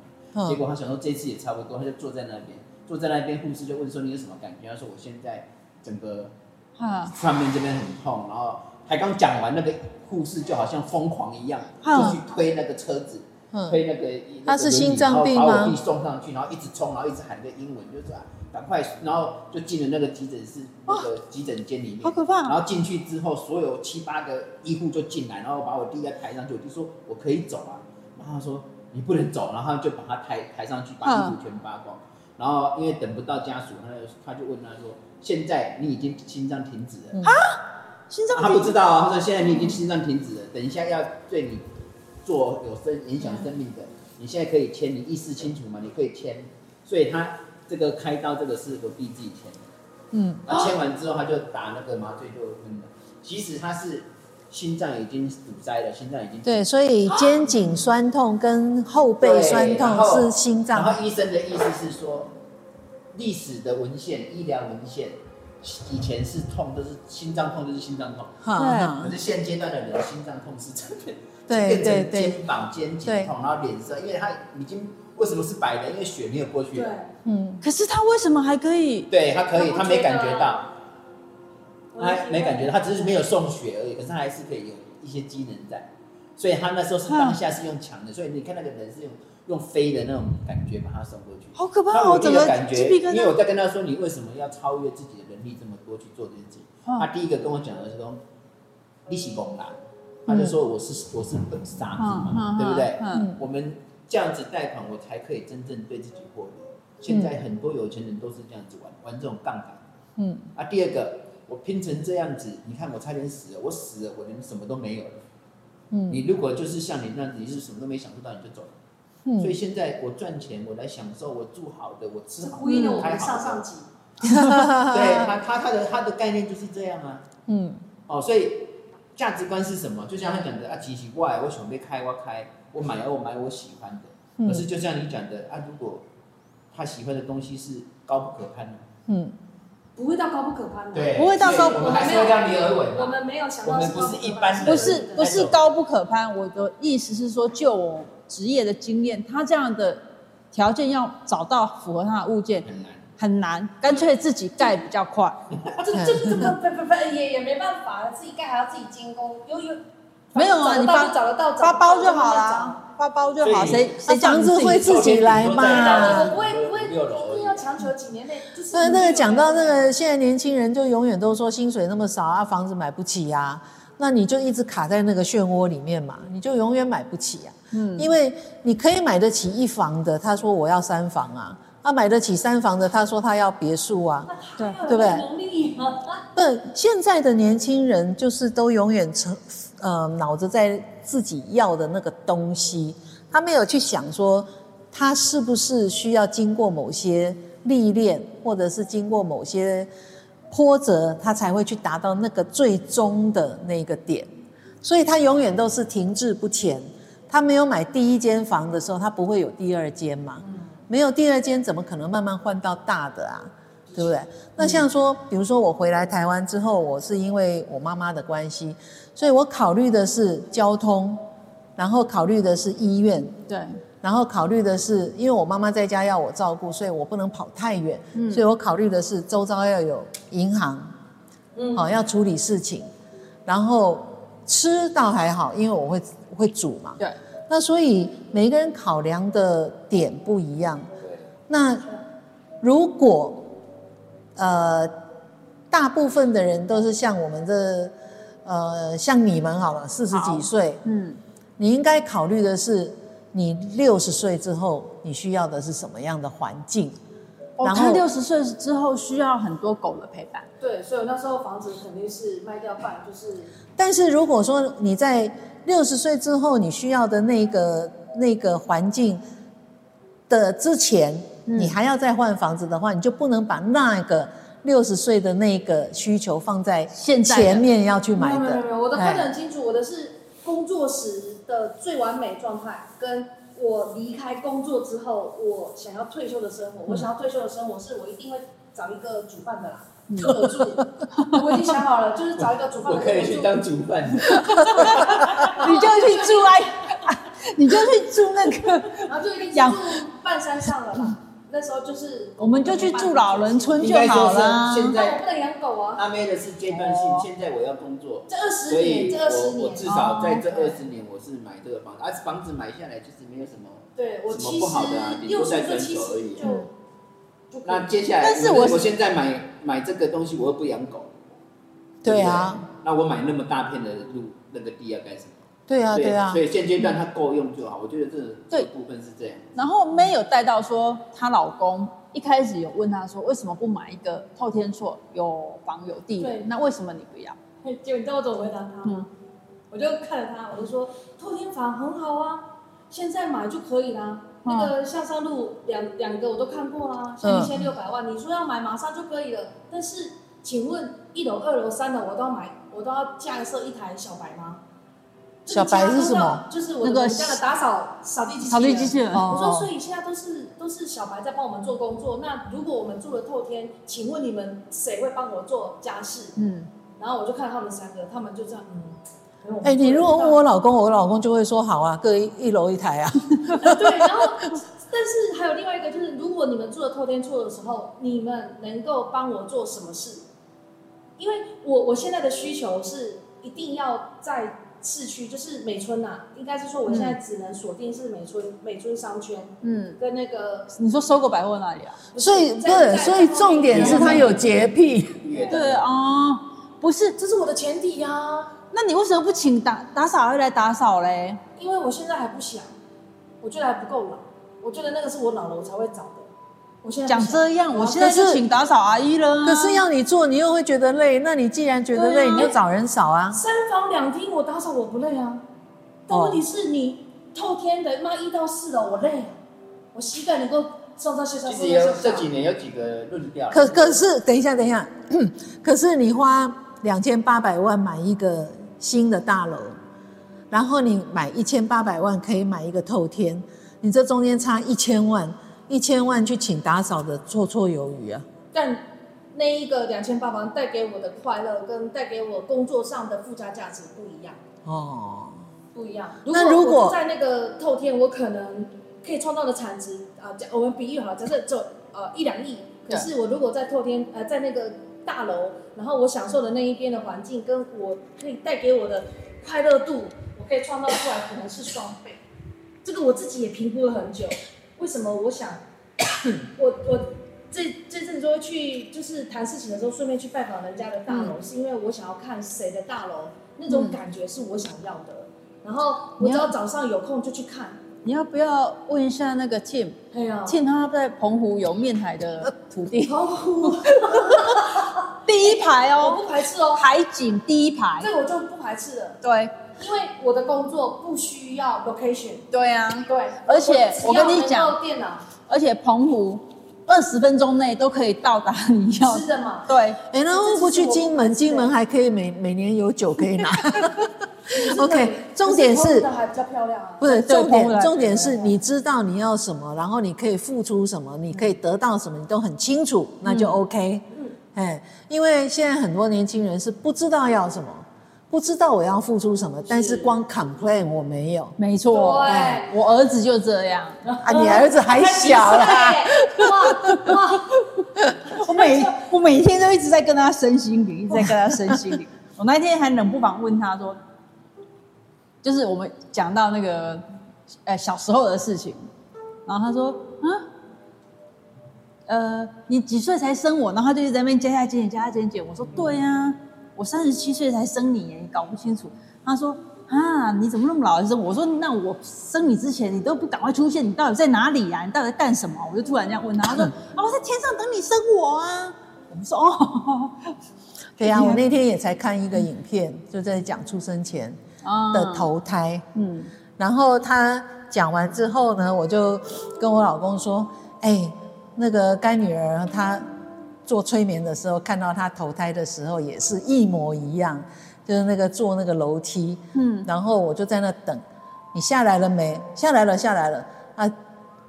Speaker 5: 结
Speaker 3: 嗯
Speaker 5: 果他想说这次也差不多，他就坐在那边，坐在那边，护士就问说：“你有什么感觉？”他说：“我现在整个
Speaker 1: 啊，
Speaker 5: 上面这边很痛，然后还刚讲完，那个护士就好像疯狂一样，
Speaker 1: 嗯
Speaker 5: 就去推那个车子，
Speaker 3: 嗯，
Speaker 5: 推那个。
Speaker 3: 他是心脏病
Speaker 5: 然
Speaker 3: 吗
Speaker 5: 后把我弟送上去，然后一直冲，然后一直喊个英文，就说啊赶快，然后就进了那个急诊室，那个急诊间里面。
Speaker 1: 好可怕！
Speaker 5: 然后进去之后，所有七八个医护就进来，然后把我弟在抬上去，我弟说我可以走啊，然后他说你不能走，然后就把他抬抬上去，把衣服全扒光。然后因为等不到家属，他就他就问他说，现在你已经心脏停止了，
Speaker 1: 心脏
Speaker 5: 他不
Speaker 1: 病
Speaker 5: 知道啊，他说现在你已经心脏停止了，等一下要对你做有生影响生命的，你现在可以签，你意识清楚吗？你可以签，所以他这个开刀这个是我弟自己签的。
Speaker 3: 嗯，
Speaker 5: 他签完之后，他就打那个麻醉就昏了。其实他是心脏已经堵塞了，心脏已经
Speaker 3: 对，所以肩颈酸痛跟后背酸
Speaker 5: 对然后
Speaker 3: 痛是心
Speaker 5: 然
Speaker 3: 脏，
Speaker 5: 后医生的意思是说，历史的文献、医疗文献，以前是痛，就是心脏痛，就是心脏痛。
Speaker 3: 哈哈
Speaker 5: 可是现阶段的人心脏痛是这边
Speaker 3: 对
Speaker 5: 变
Speaker 3: 对
Speaker 5: 成
Speaker 3: 对，
Speaker 5: 肩膀、肩
Speaker 3: 对
Speaker 5: 颈痛，然后脸色，因为他已经为什么是白的？因为血没有过去
Speaker 6: 对，
Speaker 5: 了。
Speaker 3: 嗯，
Speaker 1: 可是他为什么还可以？
Speaker 5: 对他可以，
Speaker 6: 他
Speaker 5: 他
Speaker 6: 不觉
Speaker 5: 没
Speaker 6: 得
Speaker 5: 感
Speaker 6: 啊
Speaker 5: 觉到。
Speaker 6: 我
Speaker 5: 他哎没感觉到，他只是没
Speaker 6: 有，
Speaker 5: 有送血而已，可是他还是可以有一些机能在，所以他那时候是当下是用抢的，所以你看那个人是用用飞的那种感觉把他送过去。
Speaker 1: 好可怕！
Speaker 5: 那
Speaker 1: 我
Speaker 5: 我第
Speaker 1: 整
Speaker 5: 哦一
Speaker 1: 个
Speaker 5: 个感
Speaker 1: 鸡
Speaker 5: 觉，
Speaker 1: 皮疙
Speaker 5: 因为
Speaker 1: 瘩。
Speaker 5: 我在跟他说你为什么要超越自己的能力这么多去做这件事情，他第一个跟我讲的是说你是猛男，他就说我是我是本
Speaker 1: 啊
Speaker 5: 傻子嘛，对不对？
Speaker 1: 嗯，
Speaker 5: 我们这样子贷款，我才可以真正对自己获利。现在很多有钱人都是这样子玩，玩这种杠杆。
Speaker 3: 嗯。
Speaker 5: 啊，第二个，我拼成这样子，你看我差点死了，我死了，我连什么都没有了。
Speaker 3: 嗯
Speaker 5: 你如果就是像你那样子，你是什么都没享受到，你就走了。
Speaker 3: 嗯
Speaker 5: 所以现在我赚钱，我来享受，我住好的，我吃
Speaker 6: 是
Speaker 5: 好
Speaker 3: [laughs]
Speaker 5: 的，
Speaker 6: 呼应了我
Speaker 5: 开
Speaker 6: 们
Speaker 5: 嗯好
Speaker 6: 上
Speaker 5: 的
Speaker 6: 上集，
Speaker 5: 对他他他的他的概念就是这样啊。
Speaker 3: 嗯
Speaker 5: 哦，所以价值观是什么？就像他讲的啊，其实我的我想要开我开，我买啊我买我喜欢
Speaker 3: 嗯
Speaker 5: 的。可是就像你讲的啊，如果他喜欢的东西是高不可攀的，
Speaker 3: 嗯，
Speaker 6: 不会到高不可攀的，，
Speaker 5: 对
Speaker 1: 不会到高
Speaker 5: 所以我们还是要量力而为
Speaker 6: 我
Speaker 5: 嘛。
Speaker 6: 们没有想到
Speaker 5: 我们不是一般人
Speaker 1: 不是不是高不可攀。我的意思是说，就我职业的经验，他这样的条件要找到符合他的物件
Speaker 5: 很难。
Speaker 1: 很难，干脆自己盖比较快。
Speaker 2: 这这这个不不不也也没办法，自己盖还要自己监工，有有
Speaker 1: 没有啊
Speaker 2: 找得
Speaker 1: 你
Speaker 2: 到
Speaker 1: 发
Speaker 2: 就找得到，
Speaker 1: 发包就好啦
Speaker 2: 了。
Speaker 1: 包包就好，
Speaker 5: 所
Speaker 1: 谁
Speaker 5: 以
Speaker 3: 啊
Speaker 1: 谁叫
Speaker 3: 房
Speaker 1: 你
Speaker 3: 子
Speaker 1: 自己
Speaker 3: 会自己来
Speaker 7: 我
Speaker 3: 嘛
Speaker 7: 们？不会不会
Speaker 5: 五六楼
Speaker 7: 一定要强求几年内，就是
Speaker 3: 所以那个讲到那个，现在年轻人就永远都说薪水那么少啊，房子买不起啊，那你就一直卡在那个漩涡里面嘛，你就永远买不起啊。嗯，因为你可以买得起一房的，他说我要三房啊，他买得起三房的，他说他要别墅啊。
Speaker 1: 对
Speaker 3: 对不对
Speaker 2: 能力啊，
Speaker 3: 不，呃现在的年轻人就是都永远成呃脑子在自己要的那个东西，他没有去想说他是不是需要经过某些历练，或者是经过某些波折，他才会去达到那个最终的那个点。所以他永远都是停滞不前。他没有买第一间房的时候，他不会有第二间嘛？没有第二间，怎么可能慢慢换到大的啊？对不对？那像说，比如说我回来台湾之后，我是因为我妈妈的关系，所以我考虑的是交通，然后考虑的是医院，
Speaker 1: 对，
Speaker 3: 然后考虑的是，因为我妈妈在家要我照顾，所以我不能跑太远，所以我考虑的是周遭要有银行，
Speaker 7: 嗯
Speaker 3: 好、要处理事情，然后吃倒还好，因为我会会煮嘛，
Speaker 1: 对，
Speaker 3: 那所以每一个人考量的点不一样。那如果呃大部分的人都是像我们这呃像你们好了，四十几岁，
Speaker 1: 嗯，
Speaker 3: 你应该考虑的是，你六十岁之后，你需要的是什么样的环境？
Speaker 1: 哦
Speaker 3: 然，后
Speaker 1: 他六十岁之后需要很多狗的陪 [laughs] 伴，
Speaker 2: 对，所以我那时候房子肯定是卖掉，不然就是
Speaker 3: 但是如果说你在六十岁之后，你需要的那个那个环境的之前，
Speaker 1: 嗯
Speaker 3: 你还要再换房子的话，你就不能把那个六十岁的那个需求放在
Speaker 1: 现在的嗯
Speaker 3: 前面要去买
Speaker 2: 没有没有没
Speaker 3: 的。
Speaker 2: 有，我的
Speaker 3: 哎
Speaker 2: 看得很清楚，我的是工作时的最完美状态，跟我离开工作之后我想要退休的生活。
Speaker 3: 嗯
Speaker 2: 我想要退休的生活是我一定会找一个煮饭的啦，
Speaker 3: 嗯
Speaker 2: 合
Speaker 3: [laughs]
Speaker 2: 住。我已经想好了，就是找一个煮饭
Speaker 5: 我
Speaker 2: 的
Speaker 5: 可以
Speaker 2: 合
Speaker 5: 去
Speaker 2: 住。
Speaker 5: 当主办，
Speaker 1: 你就去住哎，你就去住那个，
Speaker 2: 然后就一定
Speaker 1: 养
Speaker 2: 住半山上了
Speaker 3: [laughs]
Speaker 2: 啦。那时候就是
Speaker 1: 我们就去住老人村
Speaker 5: 应
Speaker 1: 就
Speaker 5: 该说
Speaker 1: 好
Speaker 5: 是
Speaker 1: 啦。
Speaker 5: 现
Speaker 2: 但我
Speaker 5: 在
Speaker 2: 不能养狗啊。
Speaker 5: 阿妹的是阶段性，现在我要工作，
Speaker 2: 这二十
Speaker 5: 所
Speaker 2: 年，
Speaker 5: 以
Speaker 2: 这二十
Speaker 5: 我我
Speaker 2: 年，
Speaker 5: 至少在
Speaker 3: 哦
Speaker 5: 这二十年我是买这个房子，而房子买下来就是没有什么。
Speaker 2: 对我
Speaker 5: 什么
Speaker 2: 其
Speaker 5: 不
Speaker 2: 实
Speaker 5: 好的啊顶
Speaker 2: 六
Speaker 5: 多
Speaker 2: 十
Speaker 5: 再
Speaker 2: 岁
Speaker 5: 转
Speaker 2: 七
Speaker 5: 手而
Speaker 2: 十
Speaker 5: 已
Speaker 2: 就
Speaker 5: 嗯
Speaker 2: 就可以
Speaker 5: 那接下来，
Speaker 1: 但是
Speaker 5: 我
Speaker 1: 我是
Speaker 5: 我现在买买这个东西，我又不养狗，
Speaker 3: 对
Speaker 5: 不
Speaker 3: 啊，
Speaker 5: 那我买那么大片的路那个地要干什么？
Speaker 3: 对啊，
Speaker 5: 所以
Speaker 3: 对啊
Speaker 5: 所，以现阶段它够用就好，我觉得这
Speaker 1: 对
Speaker 5: 这部分是这样。
Speaker 1: 然后 May 有带到说，她老公一开始有问她说，为什么不买一个透天厝，有房有地的
Speaker 2: 对？
Speaker 1: 那为什么你不要？
Speaker 2: [laughs] 结果你知道我怎么回答他
Speaker 1: 嗯
Speaker 2: 吗？我就看着他，我就说透天房很好啊，现在买就可以
Speaker 1: 嗯
Speaker 2: 啦。那个下山路两两个我都看过啦，像一千六百万，你说要买马上就可以了。但是，请问一楼、二楼、三楼我都要买，我都要架设一台小白吗？
Speaker 3: 小白是什么？
Speaker 2: 就是我
Speaker 1: 那个
Speaker 2: 们家的打扫扫地机器人。
Speaker 1: 扫地机器人，
Speaker 3: 哦
Speaker 2: 我说，所以现在都是都是小白在帮我们做工作。那如果我们住了透天，请问你们谁会帮我做家事？
Speaker 1: 嗯，
Speaker 2: 然后我就看他们三个，他们就这样，嗯。可能我们
Speaker 3: 哎，你如果问
Speaker 2: 做
Speaker 3: 我老公，我老公就会说好啊，各一一楼一
Speaker 1: [laughs]
Speaker 3: 台啊。
Speaker 2: 不到对，然后 [laughs] 但是还有另外一个就是，如果你们住了透天厝的时候，你们能够帮我做什么事？因为我我现在的需求是一定要在市区，就是美村呐、啊应该是说我现在只能锁定是美村、美村商圈
Speaker 1: 嗯，
Speaker 2: 跟那个，
Speaker 1: 你说收购百货那里啊？
Speaker 2: 不是
Speaker 3: 所以不
Speaker 2: 在在
Speaker 3: 是，所以重点是他有洁癖。
Speaker 5: 越大
Speaker 1: 对啊、不是，
Speaker 2: 这是我的前提呀、啊，
Speaker 1: 那你为什么不请打打扫阿姨来打扫嘞？
Speaker 2: 因为我现在还不想，我觉得还不够老，我觉得那个是我老了我才会找的。我现在
Speaker 1: 讲
Speaker 2: 不想
Speaker 1: 这样，我现在就请打扫阿姨了、啊。
Speaker 3: 可是要你做，你又会觉得累。那你既然觉得累，
Speaker 1: 对啊
Speaker 3: 你就找人扫啊。
Speaker 2: 三房两厅，我打扫我不累啊，但
Speaker 3: 哦
Speaker 2: 问题是你透天的妈一到四楼我累啊，我膝盖能够上上下下上
Speaker 5: 其实
Speaker 2: 上
Speaker 5: 有
Speaker 2: 下
Speaker 5: 这
Speaker 2: 下。
Speaker 5: 几年有几个论调，
Speaker 3: 可可是，等一下，等一下， [clears throat] 可是你花两千八百万买一个新的大楼，然后你买一千八百万可以买一个透天，你这中间差一千万，一千万去请打扫的绰绰有余啊。
Speaker 2: 但那一个两千八百万带给我的快乐跟带给我工作上的附加价值不一样。
Speaker 3: 哦，
Speaker 2: 不一样。
Speaker 3: 那
Speaker 2: 如
Speaker 3: 如果
Speaker 2: 我是在那个透天，我可能可以创造的产值啊，假我们比喻好了，假设走呃一两亿，可
Speaker 1: 对
Speaker 2: 是我如果在透天呃在那个大楼，然后我享受的那一边的环境，跟我可以带给我的快乐度，我可以创造出来可能是双倍。这个我自己也评估了很久。为什么我想，我我这这阵子会去，就是谈事情的时候顺便去拜访人家的大
Speaker 3: 嗯
Speaker 2: 楼，是因为我想要看谁的大楼，那种感觉是我想要的。然后我只要早上有空就去看。
Speaker 1: 你要不要问一下那个 Tim？Tim
Speaker 2: 哎呀，
Speaker 3: 哦
Speaker 1: 他在澎湖有面海的土地，
Speaker 2: 澎湖，
Speaker 1: 第一排
Speaker 2: [laughs] 我
Speaker 1: 哦，
Speaker 2: 不排斥哦，
Speaker 1: 海景第一排
Speaker 2: [laughs] 这。个我就不排斥了，
Speaker 1: 对
Speaker 2: 因为我的工作不需要 location。
Speaker 1: 对啊，
Speaker 2: 对，
Speaker 1: 而且我跟你
Speaker 2: 只要
Speaker 1: 讲
Speaker 2: 能够电脑
Speaker 1: 而且澎湖二十分钟内都可以到达你 [laughs] 要
Speaker 2: 吃的嘛，
Speaker 1: 对，
Speaker 3: 哎，那我不去金门，金门还可以每每年有酒可以拿。OK，重点
Speaker 2: 可澎湖
Speaker 3: 是
Speaker 2: 的还比较漂亮啊。
Speaker 3: 不是
Speaker 1: 对
Speaker 3: 重
Speaker 1: 澎湖
Speaker 3: 点？
Speaker 1: 来
Speaker 3: 重点
Speaker 1: 对
Speaker 3: 是你知道你要什么，然后你可以付出什么，你可以得到什么，你都很清楚，那就 OK。
Speaker 2: 嗯
Speaker 3: 哎，因为现在很多年轻人是不知道要什么，不知道我要付出什么，但是光 complain 我没有
Speaker 1: 没错，
Speaker 2: 对
Speaker 1: 哎我儿子就这样，
Speaker 3: 啊，你儿子还小啦。
Speaker 2: [laughs] 对，哇 [laughs] 哇，
Speaker 1: [laughs] 我每我每天都一直在跟他身心 [laughs] 灵，一直在跟他身心灵。我那天还冷不防问他说，就是我们讲到那个呃小时候的事情，然后他说啊，呃，你几岁才生我？然后他就一直在那边加加减减加加减减。我说对啊呀、我三十七岁才生你耶，你搞不清楚。他说啊，你怎么那么老才生我？我说那我生你之前，你都不赶快出现，你到底在哪里啊呀、你到底在干什么？我就突然这样问他，他
Speaker 3: [laughs]
Speaker 1: 说啊，我在天上等你生我啊。我们说哦， [laughs]
Speaker 3: 对呀、我那天也才看一个影片，就在讲出生前
Speaker 1: 啊
Speaker 3: 的，投胎。
Speaker 1: 嗯，
Speaker 3: 然后他讲完之后呢，我就跟我老公说：“哎、那个干女儿她做催眠的时候，看到她投胎的时候也是一模一样，就是那个坐那个楼梯，
Speaker 1: 嗯，
Speaker 3: 然后我就在那等，你下来了没？下来了，下来了啊。”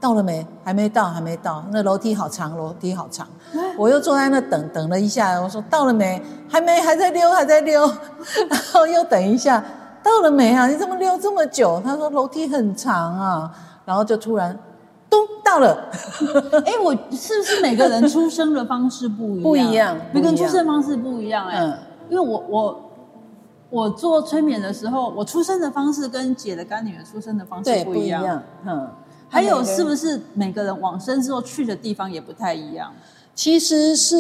Speaker 3: 到了没？还没到，还没到。那楼梯好长，楼梯好长。我又坐在那等等了一下，我说到了没？还没，还在溜，还在溜。 [laughs] 然后又等一下，到了没啊？你怎么溜这么久？他说楼梯很长啊。然后就突然咚到了，
Speaker 1: 哎、我是不是每个人出生的方式不一样？
Speaker 3: 不一样
Speaker 1: 每个人
Speaker 3: 不一
Speaker 1: 出
Speaker 3: 样
Speaker 1: 生的方式不一样、哎、
Speaker 3: 嗯，
Speaker 1: 因为我我我做催眠的时候，我出生的方式跟姐的干女儿出生的方式
Speaker 3: 对，
Speaker 1: 不
Speaker 3: 不
Speaker 1: 一
Speaker 3: 一
Speaker 1: 样。
Speaker 3: 样，嗯。
Speaker 1: 还有是不是每个人往生之后去的地方也不太一样？
Speaker 3: 其实是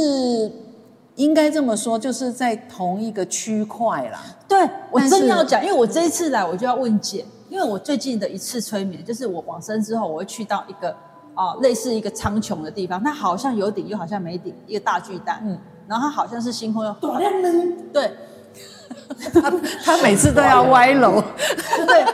Speaker 3: 应该这么说，就是在同一个区块啦。
Speaker 1: 对我
Speaker 3: 但
Speaker 1: 真
Speaker 3: 是
Speaker 1: 要讲，因为我这一次来，我就要问姐，因为我最近的一次催眠，就是我往生之后，我会去到一个啊、类似一个苍穹的地方，它好像有顶又好像没顶，一个大巨蛋，嗯
Speaker 3: 嗯，
Speaker 1: 然后它好像是星空又
Speaker 2: 大量能
Speaker 1: 对，
Speaker 3: 他每次都要歪楼，
Speaker 1: 对，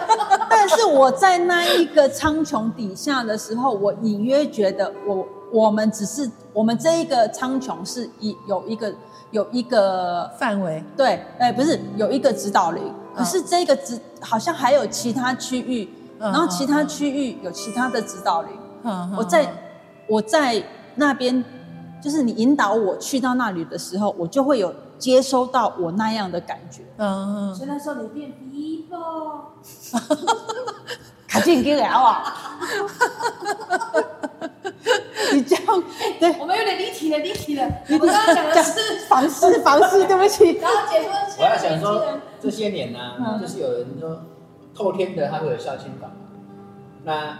Speaker 1: 但是我在那一个苍穹底下的时候，我隐约觉得我我们只是我们这一个苍穹是一有一个有一个
Speaker 3: 范围
Speaker 1: 对，哎、不是有一个指导灵，可
Speaker 3: 嗯
Speaker 1: 是这个指好像还有其他区域，
Speaker 3: 嗯
Speaker 1: 然后
Speaker 3: 嗯
Speaker 1: 其他区域有其他的指导灵。
Speaker 3: 嗯嗯
Speaker 1: 我在我在那边，就是你引导我去到那里的时候，我就会有接收到我那样的感觉。
Speaker 3: 嗯嗯
Speaker 2: 所以那时候你变 people，
Speaker 1: 卡进给聊啊！ [laughs] 你这样对
Speaker 2: 我们有点离题了，离题 [laughs] 了。我刚刚讲的是，
Speaker 1: 房事房事，
Speaker 3: 啊
Speaker 1: 对不起。
Speaker 2: 然后结婚，
Speaker 5: [laughs] 我要想
Speaker 2: 嗯
Speaker 5: 说，这些年呢、就是有人说透天的它会有孝亲房，那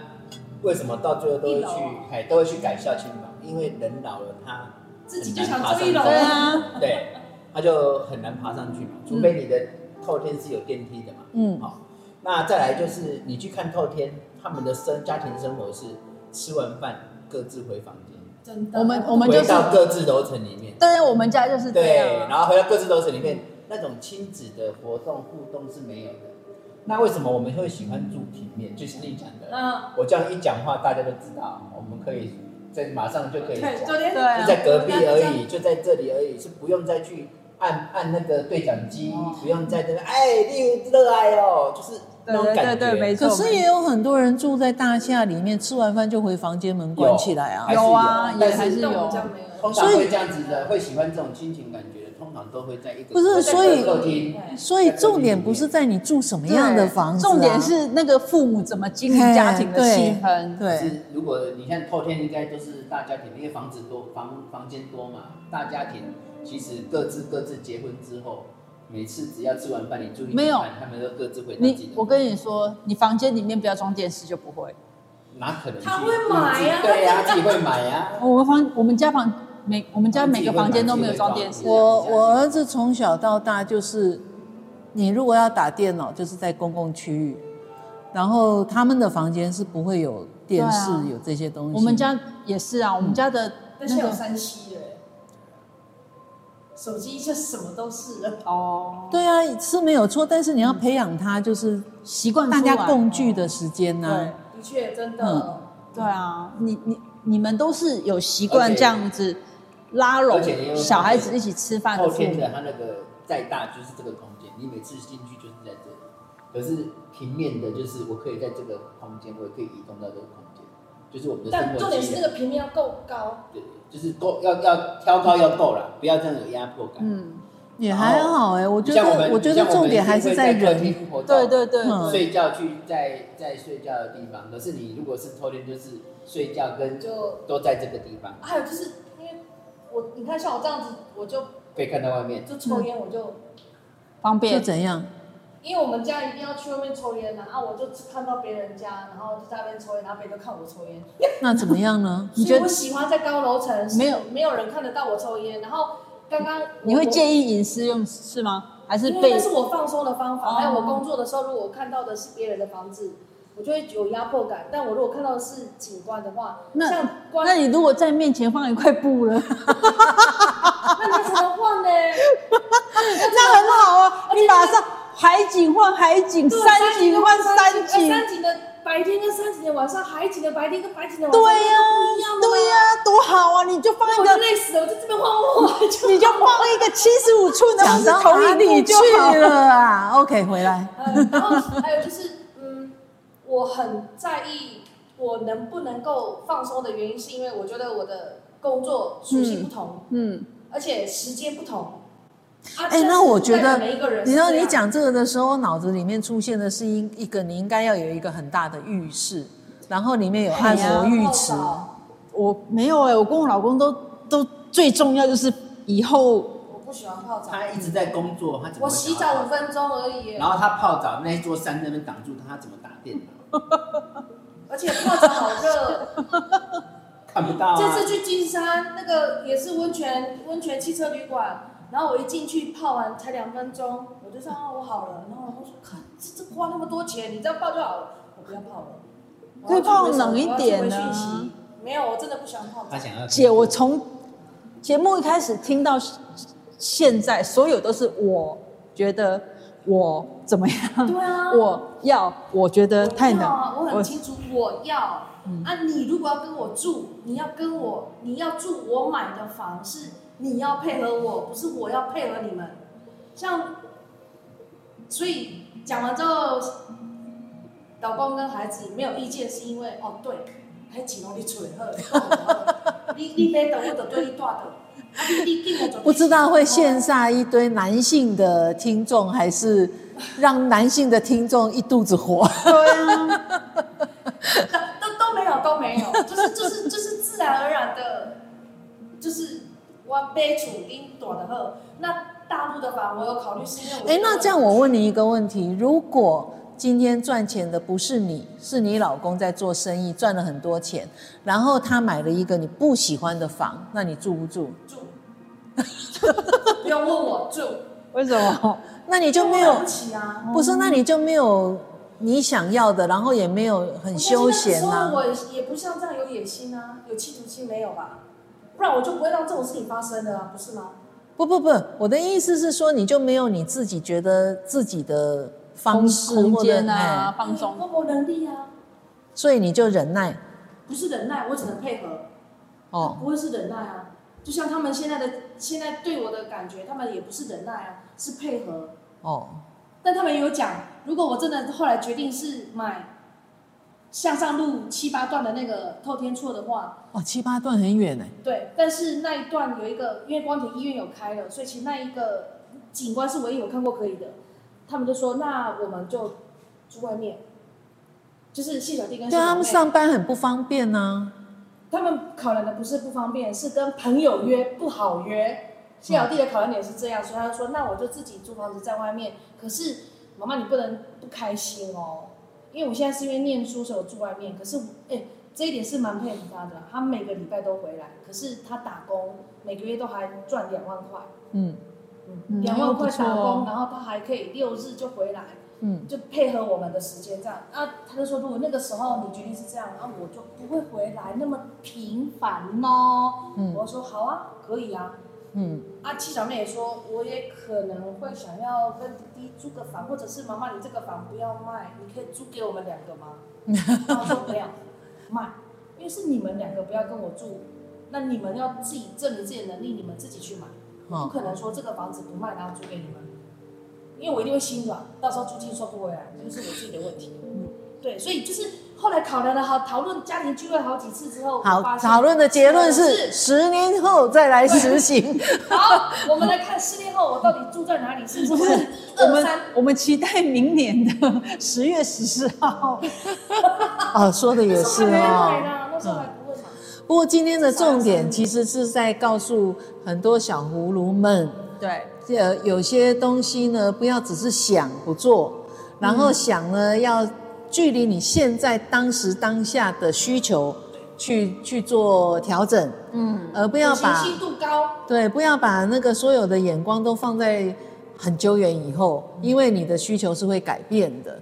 Speaker 5: 为什么到最后都会
Speaker 2: 一楼
Speaker 5: 去
Speaker 2: 啊
Speaker 5: 改，都会去改孝亲房？因为人老了，他
Speaker 2: [laughs] 自己就想住一楼
Speaker 1: 对啊，
Speaker 5: 对，他就很难爬上去嘛，
Speaker 1: 嗯
Speaker 5: 除非你的透天是有电梯的嘛。
Speaker 3: 嗯
Speaker 5: 好、那再来就是你去看透天，他们的生家庭生活是吃完饭各自回房间，
Speaker 2: 真的，
Speaker 1: 我们我们就
Speaker 5: 回
Speaker 1: 是，
Speaker 5: 到各自楼层里面。
Speaker 1: 当然我们家就是这
Speaker 5: 对，
Speaker 1: 样啊。
Speaker 5: 然后回到各自楼层里面，那种亲子的活动互动是没有的。那为什么我们会喜欢住平面？就是你讲的，
Speaker 1: 啊
Speaker 2: 嗯，
Speaker 5: 我这样一讲话，大家都知道，我们可以在马上就可以讲，
Speaker 2: 对，
Speaker 5: 就
Speaker 2: 昨天
Speaker 1: 对啊
Speaker 5: 在隔壁而已，就在这里而已，是不用再去按按那个对讲机，
Speaker 1: 哦
Speaker 5: 不用再这个哎，你有热爱哦，就是那种
Speaker 1: 对对
Speaker 5: 感觉。
Speaker 1: 对对没
Speaker 3: 可是也有很多人住在大厦里面，吃完饭就回房间门关起来啊
Speaker 5: 还。是
Speaker 1: 有啊，
Speaker 5: 有
Speaker 1: 也
Speaker 5: 但
Speaker 1: 还是
Speaker 5: 是
Speaker 2: 但我们
Speaker 1: 有。
Speaker 2: 家没有。
Speaker 5: 通常
Speaker 3: 所
Speaker 5: 会
Speaker 3: 以
Speaker 5: 这样子的，会喜欢这种亲情感觉的，通常都会在一个
Speaker 3: 不是所以
Speaker 5: 客厅
Speaker 3: 所以重点不是在你住什么样的房子、啊，
Speaker 1: 重点是那个父母怎么经营家庭的气氛。
Speaker 5: 可
Speaker 3: 对
Speaker 5: 是如果你看透天，应该都是大家庭，因为房子多，房房间多嘛，大家庭其实各自各自结婚之后，每次只要吃完饭，你注意
Speaker 1: 没有
Speaker 5: 吃饭他们都各自回到自己
Speaker 1: 你
Speaker 5: 的。
Speaker 1: 我跟你说，你房间里面不要装电视就不会。
Speaker 5: 哪可能去？
Speaker 2: 他会买
Speaker 1: 啊
Speaker 2: 呀
Speaker 5: 对呀、自己会买啊呀、
Speaker 1: 我们房我们家房每我们家每个房间都没有装电视。
Speaker 3: 我我儿子从小到大就是，你如果要打电脑，就是在公共区域，然后他们的房间是不会有电视、
Speaker 1: 对啊
Speaker 3: 有这些东西。
Speaker 1: 我们家也是啊，我们家的
Speaker 2: 但
Speaker 1: 那
Speaker 2: 现在有
Speaker 1: 个
Speaker 2: 三 C 了欸，手机就什么都是了。
Speaker 1: 哦
Speaker 3: 对啊是没有错，但是你要培养他就是
Speaker 1: 习惯
Speaker 3: 大
Speaker 1: 出
Speaker 3: 家
Speaker 1: 来
Speaker 3: 共聚的时间呐、
Speaker 1: 对
Speaker 2: 的确，真
Speaker 3: 嗯
Speaker 2: 的。
Speaker 1: 对啊，你你你们都是有习惯这样子拉拢
Speaker 5: 而且你有
Speaker 1: 小孩子一起吃饭的
Speaker 5: 后
Speaker 1: 父
Speaker 5: 天
Speaker 1: 母
Speaker 5: 的，它那个再大就是这个空间，你每次进去就是在这里。可是平面的，就是我可以在这个空间，我也可以移动到这个空间，就是我们的生
Speaker 2: 但
Speaker 5: 活
Speaker 2: 重点是
Speaker 5: 机
Speaker 2: 那
Speaker 5: 能
Speaker 2: 个平面要够高，
Speaker 5: 对，就是够要要挑高要够了，不要这样有压迫感。
Speaker 1: 嗯，
Speaker 3: 也还好哎、我觉
Speaker 5: 像我
Speaker 3: 得
Speaker 5: 们
Speaker 3: 我觉得重点还是
Speaker 5: 在客
Speaker 3: 人。
Speaker 5: 厅活动，
Speaker 1: 对对对，
Speaker 3: 嗯
Speaker 5: 睡觉去在在睡觉的地方。可是你如果是偷天，就是睡觉跟
Speaker 2: 就
Speaker 5: 都在这个地方，
Speaker 2: 还有就是因为我你看像我这样子，我就
Speaker 5: 可以看到外面。
Speaker 2: 就抽烟，我就
Speaker 1: 方
Speaker 3: 又
Speaker 1: 便。
Speaker 3: 怎样？
Speaker 2: 因为我们家一定要去外面抽烟嘛，啊，我就看到别人家，然后就在那边抽烟，然后别人都看我抽烟，
Speaker 3: 那怎么样 [laughs] 呢？
Speaker 1: 你
Speaker 2: 所
Speaker 1: 觉
Speaker 2: 以
Speaker 1: 得
Speaker 2: 我喜欢在高楼层，是
Speaker 1: 没有
Speaker 2: 没有人看得到我抽烟。然后刚刚我
Speaker 1: 你会
Speaker 2: 我
Speaker 1: 介意隐私用是吗？还是
Speaker 2: 因为
Speaker 1: 被
Speaker 2: 那是我放松的方法，
Speaker 1: 哦
Speaker 2: 还有我工作的时候，如果我看到的是别人的房子，我就会有压迫感。但我如果看到的是景观的话，
Speaker 1: 那
Speaker 2: 像
Speaker 1: [laughs] 那
Speaker 2: 观，
Speaker 1: 你如果在面前放一块布呢？
Speaker 2: 那你才能
Speaker 1: [laughs]
Speaker 2: 换呢？
Speaker 1: 那很好啊， [laughs] 你马上海景换海景，
Speaker 2: 对
Speaker 1: 山景换山
Speaker 2: 三
Speaker 1: 景，
Speaker 2: 三级的白天跟三级的晚上，海景的白天跟白景的晚上，
Speaker 1: 对呀
Speaker 2: 那都不一样的嘛
Speaker 1: 对呀、多好啊！你就放一
Speaker 2: 我就
Speaker 1: 个，
Speaker 2: 累死了，我就这边晃晃晃，就
Speaker 1: 你就
Speaker 2: [laughs]
Speaker 1: 放一个七十五寸的
Speaker 3: 讲到
Speaker 1: 投
Speaker 3: 哪
Speaker 1: 影
Speaker 3: 里
Speaker 1: 幕
Speaker 3: 去
Speaker 1: 就好了。
Speaker 3: 了啊？OK，回 [laughs] 来。
Speaker 2: 呃，然后还有就是，嗯，我很在意我能不能够放松的原因，是因为我觉得我的工作属性不同，
Speaker 1: 嗯，
Speaker 2: 而且时间不同。啊
Speaker 3: 哎
Speaker 2: 但是
Speaker 3: 那我觉得
Speaker 2: 不代表每一个人是
Speaker 3: 你
Speaker 2: 这
Speaker 3: 知
Speaker 2: 样，
Speaker 3: 道你讲这个的时候，我脑子里面出现的是一一个你应该要有一个很大的浴室，然后里面有按摩浴池。
Speaker 2: 哎我
Speaker 1: 我没有哎、我跟我老公都都最重要就是以后
Speaker 2: 不喜欢泡澡，
Speaker 5: 他一直在工作，他怎么
Speaker 2: 我
Speaker 5: 会
Speaker 2: 洗
Speaker 5: 想
Speaker 2: 澡
Speaker 5: 要
Speaker 2: 五分钟而已耶，
Speaker 5: 然后他泡澡那一座山那边挡住他，他怎么打电
Speaker 1: [laughs]
Speaker 5: 脑？
Speaker 2: 而且泡澡好热。
Speaker 5: 看不到啊。
Speaker 2: 这次去金山那个也是温泉温泉汽车旅馆，然后我一进去泡完才两分钟，我就说啊我好了，然后我说看这这花那么多钱，你这样泡就好了，我不要泡了，我要去
Speaker 1: 可以泡
Speaker 2: 回手
Speaker 1: 冷一点
Speaker 2: 我要
Speaker 1: 啊
Speaker 2: 去回讯息没有，我真的不喜欢泡
Speaker 5: 他
Speaker 2: 澡。
Speaker 5: 想要
Speaker 1: 姐，我从节目一开始听到现在，所有都是我觉得我怎么样，
Speaker 2: 对啊，
Speaker 1: 我要，我觉得太
Speaker 2: 我要
Speaker 1: 难。
Speaker 2: 啊，我很清楚我要啊，你如果要跟我住，你要跟我，你要住我买的房，是你要配合我，不是我要配合你们。像，所以讲完之后，老公跟孩子没有意见，是因为哦，对，还请容你吹喝，你你别等我等对你大的，啊你你你我
Speaker 3: 不知道会羡煞一堆男性的听众，还是让男性的听众一肚子 [laughs] 火。
Speaker 2: 都 [laughs] 都没有，都没有，就是就是就是自然而然的，就是我被处丁短的后，那大陆的吧，我有考虑是因为我
Speaker 3: 哎，那这样我问你一个问题：如果今天赚钱的不是你，是你老公在做生意赚了很多钱，然后他买了一个你不喜欢的房，那你住不住？
Speaker 2: 住， [laughs] 不用问我住，
Speaker 1: 为什 [laughs] 么？
Speaker 3: 那你 [laughs] 就没
Speaker 2: 因为我
Speaker 3: 有
Speaker 2: 买不起啊，
Speaker 3: 不是，那你就没有你想要的，然后也没有很休闲啊
Speaker 2: 呐、
Speaker 3: 呐、
Speaker 2: 我也不像这样有野心啊，有企图心没有吧？不然我就不会让这种事情发生的啊，不是吗？
Speaker 3: 不不不，我的意思是说，你就没有你自己觉得自己的方式
Speaker 1: 空
Speaker 3: 或者
Speaker 1: 间啊
Speaker 3: 哎，
Speaker 1: 放松。
Speaker 2: 我有能力啊，
Speaker 3: 所以你就忍耐
Speaker 2: 不是忍耐，我只能配合。
Speaker 3: 哦。
Speaker 2: 不会是忍耐啊，就像他们现在的现在对我的感觉，他们也不是忍耐啊，是配合。
Speaker 3: 哦，
Speaker 2: 但他们也有讲，如果我真的后来决定是买向上路七八段的那个透天厝的话，
Speaker 3: 哦，七八段很远呢。欸
Speaker 2: 对，但是那一段有一个，因为光铁医院有开了，所以其实那一个景观是唯一我看过可以的。他们就说，那我们就住外面，就是谢小弟跟谢
Speaker 3: 对啊
Speaker 2: 小
Speaker 3: 他
Speaker 2: 妹
Speaker 3: 们上班很不方便啊呐、
Speaker 2: 他们考量的不是不方便，是跟朋友约不好约，谢老弟的考验也是这样，所以他就说那我就自己租房子在外面。可是妈妈你不能不开心哦，因为我现在是因为念书所以我住外面，可是哎。这一点是蛮佩服他的，他每个礼拜都回来，可是他打工每个月都还赚两万块，
Speaker 3: 嗯
Speaker 2: 嗯，两万块打
Speaker 1: 那不错哦
Speaker 2: 工，然后他还可以六日就回来，
Speaker 3: 嗯，
Speaker 2: 就配合我们的时间这样。啊，他就说，如果那个时候你决定是这样，啊，我就不会回来那么频繁哦。
Speaker 3: 嗯
Speaker 2: 我说好啊，可以啊。
Speaker 3: 嗯
Speaker 2: 啊，七小妹也说，我也可能会想要跟弟弟租个房，或者是妈妈，你这个房不要卖，你可以租给我们两个吗？
Speaker 3: [laughs]
Speaker 2: 然后我说没有，卖，因为是你们两个不要跟我住，那你们要自己证明自己的能力，你们自己去买。不
Speaker 3: 好，
Speaker 2: 可能说这个房子不卖，然后租给你们，因为我一定会心软，到时候租金收不回来，就是我自己的问题。嗯，对，所以就是后来考量了好讨论家庭聚会好几次之后，我
Speaker 3: 好，
Speaker 2: 发现
Speaker 3: 讨论的结论
Speaker 2: 是
Speaker 3: 是十年后再来实行。
Speaker 2: 好，我们来看十年后我到底住在哪里，是不是
Speaker 3: [laughs]
Speaker 1: 我
Speaker 2: 二
Speaker 1: 们
Speaker 2: 三？
Speaker 1: 我们期待明年的 [laughs] 十月十四号，
Speaker 3: [laughs] 哦，说的也
Speaker 2: 那时候
Speaker 3: 是
Speaker 2: 还没买
Speaker 3: 哦。
Speaker 2: 呢，那时候还不会买。
Speaker 3: 不过今天的重点其实是在告诉很多小葫芦们，
Speaker 1: 对，
Speaker 3: 呃，有些东西呢，不要只是想不做，然后想呢，要距离你现在当时当下的需求去去做调整，
Speaker 1: 嗯，
Speaker 3: 而不要
Speaker 2: 可
Speaker 3: 把
Speaker 2: 行性度高，
Speaker 3: 对，不要把那个所有的眼光都放在很久远以后，因为你的需求是会改变的。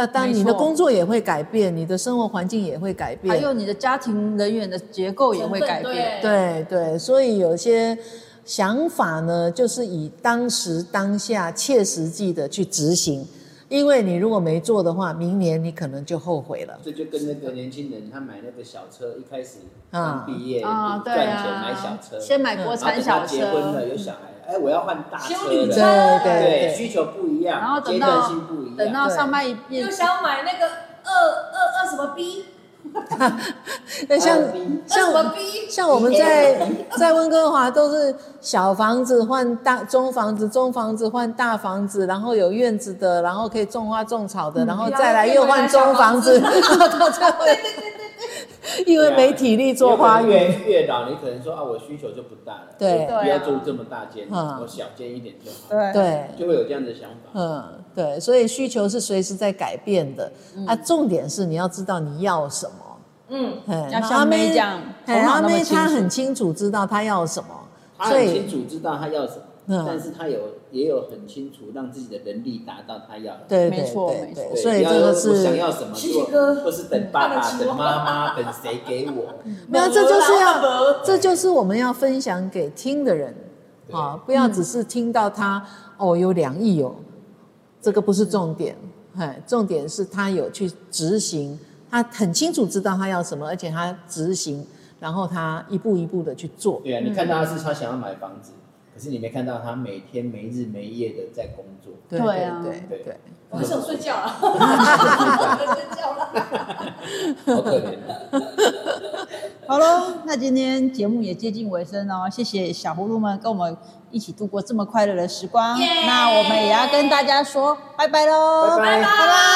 Speaker 3: 那当然
Speaker 1: 没错
Speaker 3: 你的工作也会改变，你的生活环境也会改
Speaker 1: 还
Speaker 3: 变。
Speaker 1: 有你的家庭人员的结构也会改变，
Speaker 2: 对，
Speaker 3: 对对，所以有些想法呢，就是以当时当下切实际的去执行，因为你如果没做的话，明年你可能就后悔了。
Speaker 5: 这就跟那个年轻人他买那个小车，一开始
Speaker 3: 啊
Speaker 5: 刚毕业
Speaker 1: 啊，
Speaker 5: 赚
Speaker 1: 对
Speaker 5: 钱
Speaker 1: 啊，
Speaker 5: 买小车，
Speaker 1: 先买国
Speaker 5: 然后
Speaker 1: 产
Speaker 5: 等
Speaker 1: 小
Speaker 5: 他
Speaker 1: 车，
Speaker 5: 结婚了有小孩，哎，我要换大
Speaker 2: 修
Speaker 5: 车
Speaker 2: 理
Speaker 5: 了，
Speaker 2: 车
Speaker 3: 对
Speaker 5: 对，
Speaker 3: 对
Speaker 5: 需求不一样，
Speaker 1: 然后等
Speaker 5: 阶段
Speaker 1: 到
Speaker 5: 性不一样，
Speaker 1: 等到
Speaker 3: 对
Speaker 1: 上半
Speaker 2: 又
Speaker 1: 夜，
Speaker 2: 想要买那个二二二什么 B，
Speaker 3: 对，那像
Speaker 2: 二什
Speaker 3: 像
Speaker 2: 么 B，
Speaker 3: 像我们在在温哥华都是小房子换大中房子，中房子换大房子，然后有院子的，然后可以种花种草的，然后再来又换中房子，然后到最后，因为没体力做花园，
Speaker 5: 因为越老，你可能说啊，我需求就不大了，
Speaker 3: 对
Speaker 5: 就不要住这么大间，
Speaker 3: 嗯
Speaker 5: 我小间一点就
Speaker 1: 对
Speaker 5: 好，
Speaker 3: 对。
Speaker 5: 就会有这样的想法。
Speaker 3: 嗯，对，所以需求是随时在改变的。啊，重点是你要知道你要什么。
Speaker 2: 嗯，
Speaker 3: 嗯，
Speaker 1: 要
Speaker 3: 然后
Speaker 1: 像
Speaker 3: 阿
Speaker 1: 妹
Speaker 3: 妹
Speaker 1: 这样
Speaker 3: 哎
Speaker 1: 头脑
Speaker 3: 阿
Speaker 1: 那么
Speaker 3: 妹
Speaker 1: 清
Speaker 3: 她
Speaker 1: 楚
Speaker 3: 很清楚知道她要什么，
Speaker 5: 他
Speaker 3: 所
Speaker 5: 很
Speaker 3: 以
Speaker 5: 清楚知道他要什么，
Speaker 3: 嗯
Speaker 5: 但是他有也有很清楚让自己的能力达到他要的。
Speaker 3: 对
Speaker 1: 没
Speaker 3: 对
Speaker 1: 错
Speaker 3: 对
Speaker 1: 没
Speaker 3: 对，
Speaker 5: 对
Speaker 3: 所以
Speaker 5: 不要
Speaker 3: 这个
Speaker 5: 说我想
Speaker 3: 是
Speaker 5: 要什么，
Speaker 2: 是
Speaker 5: 做
Speaker 2: 一个
Speaker 5: 或是等爸
Speaker 2: 看得
Speaker 5: 爸、
Speaker 2: 起我
Speaker 5: 等妈妈、 [laughs] 等谁给我？
Speaker 3: 没有，这就是
Speaker 5: 没
Speaker 3: 要，这就是我们要分享给听的人
Speaker 5: 对
Speaker 3: 啊，不要只是听到他
Speaker 1: 嗯
Speaker 3: 哦有两亿哦，这个不是重点，哎，重点是他有去执行，他很清楚知道他要什么，而且他执行，然后他一步一步的去做。
Speaker 5: 对啊，你看到他是他想要买房子，可是你没看到他每天没日没夜的在工作。
Speaker 3: 对
Speaker 1: 对啊
Speaker 3: 对对对
Speaker 5: 对，
Speaker 2: 我很想睡觉
Speaker 3: [laughs]
Speaker 2: 啊，我想睡觉啊了。
Speaker 5: 好可怜。啊
Speaker 1: 好喽，那今天节目也接近尾声哦，谢谢小葫芦们跟我们一起度过这么快乐的时光。
Speaker 2: 耶
Speaker 1: 那我们也要跟大家说拜拜喽，
Speaker 5: 拜
Speaker 1: 拜
Speaker 5: 拜
Speaker 1: 拜。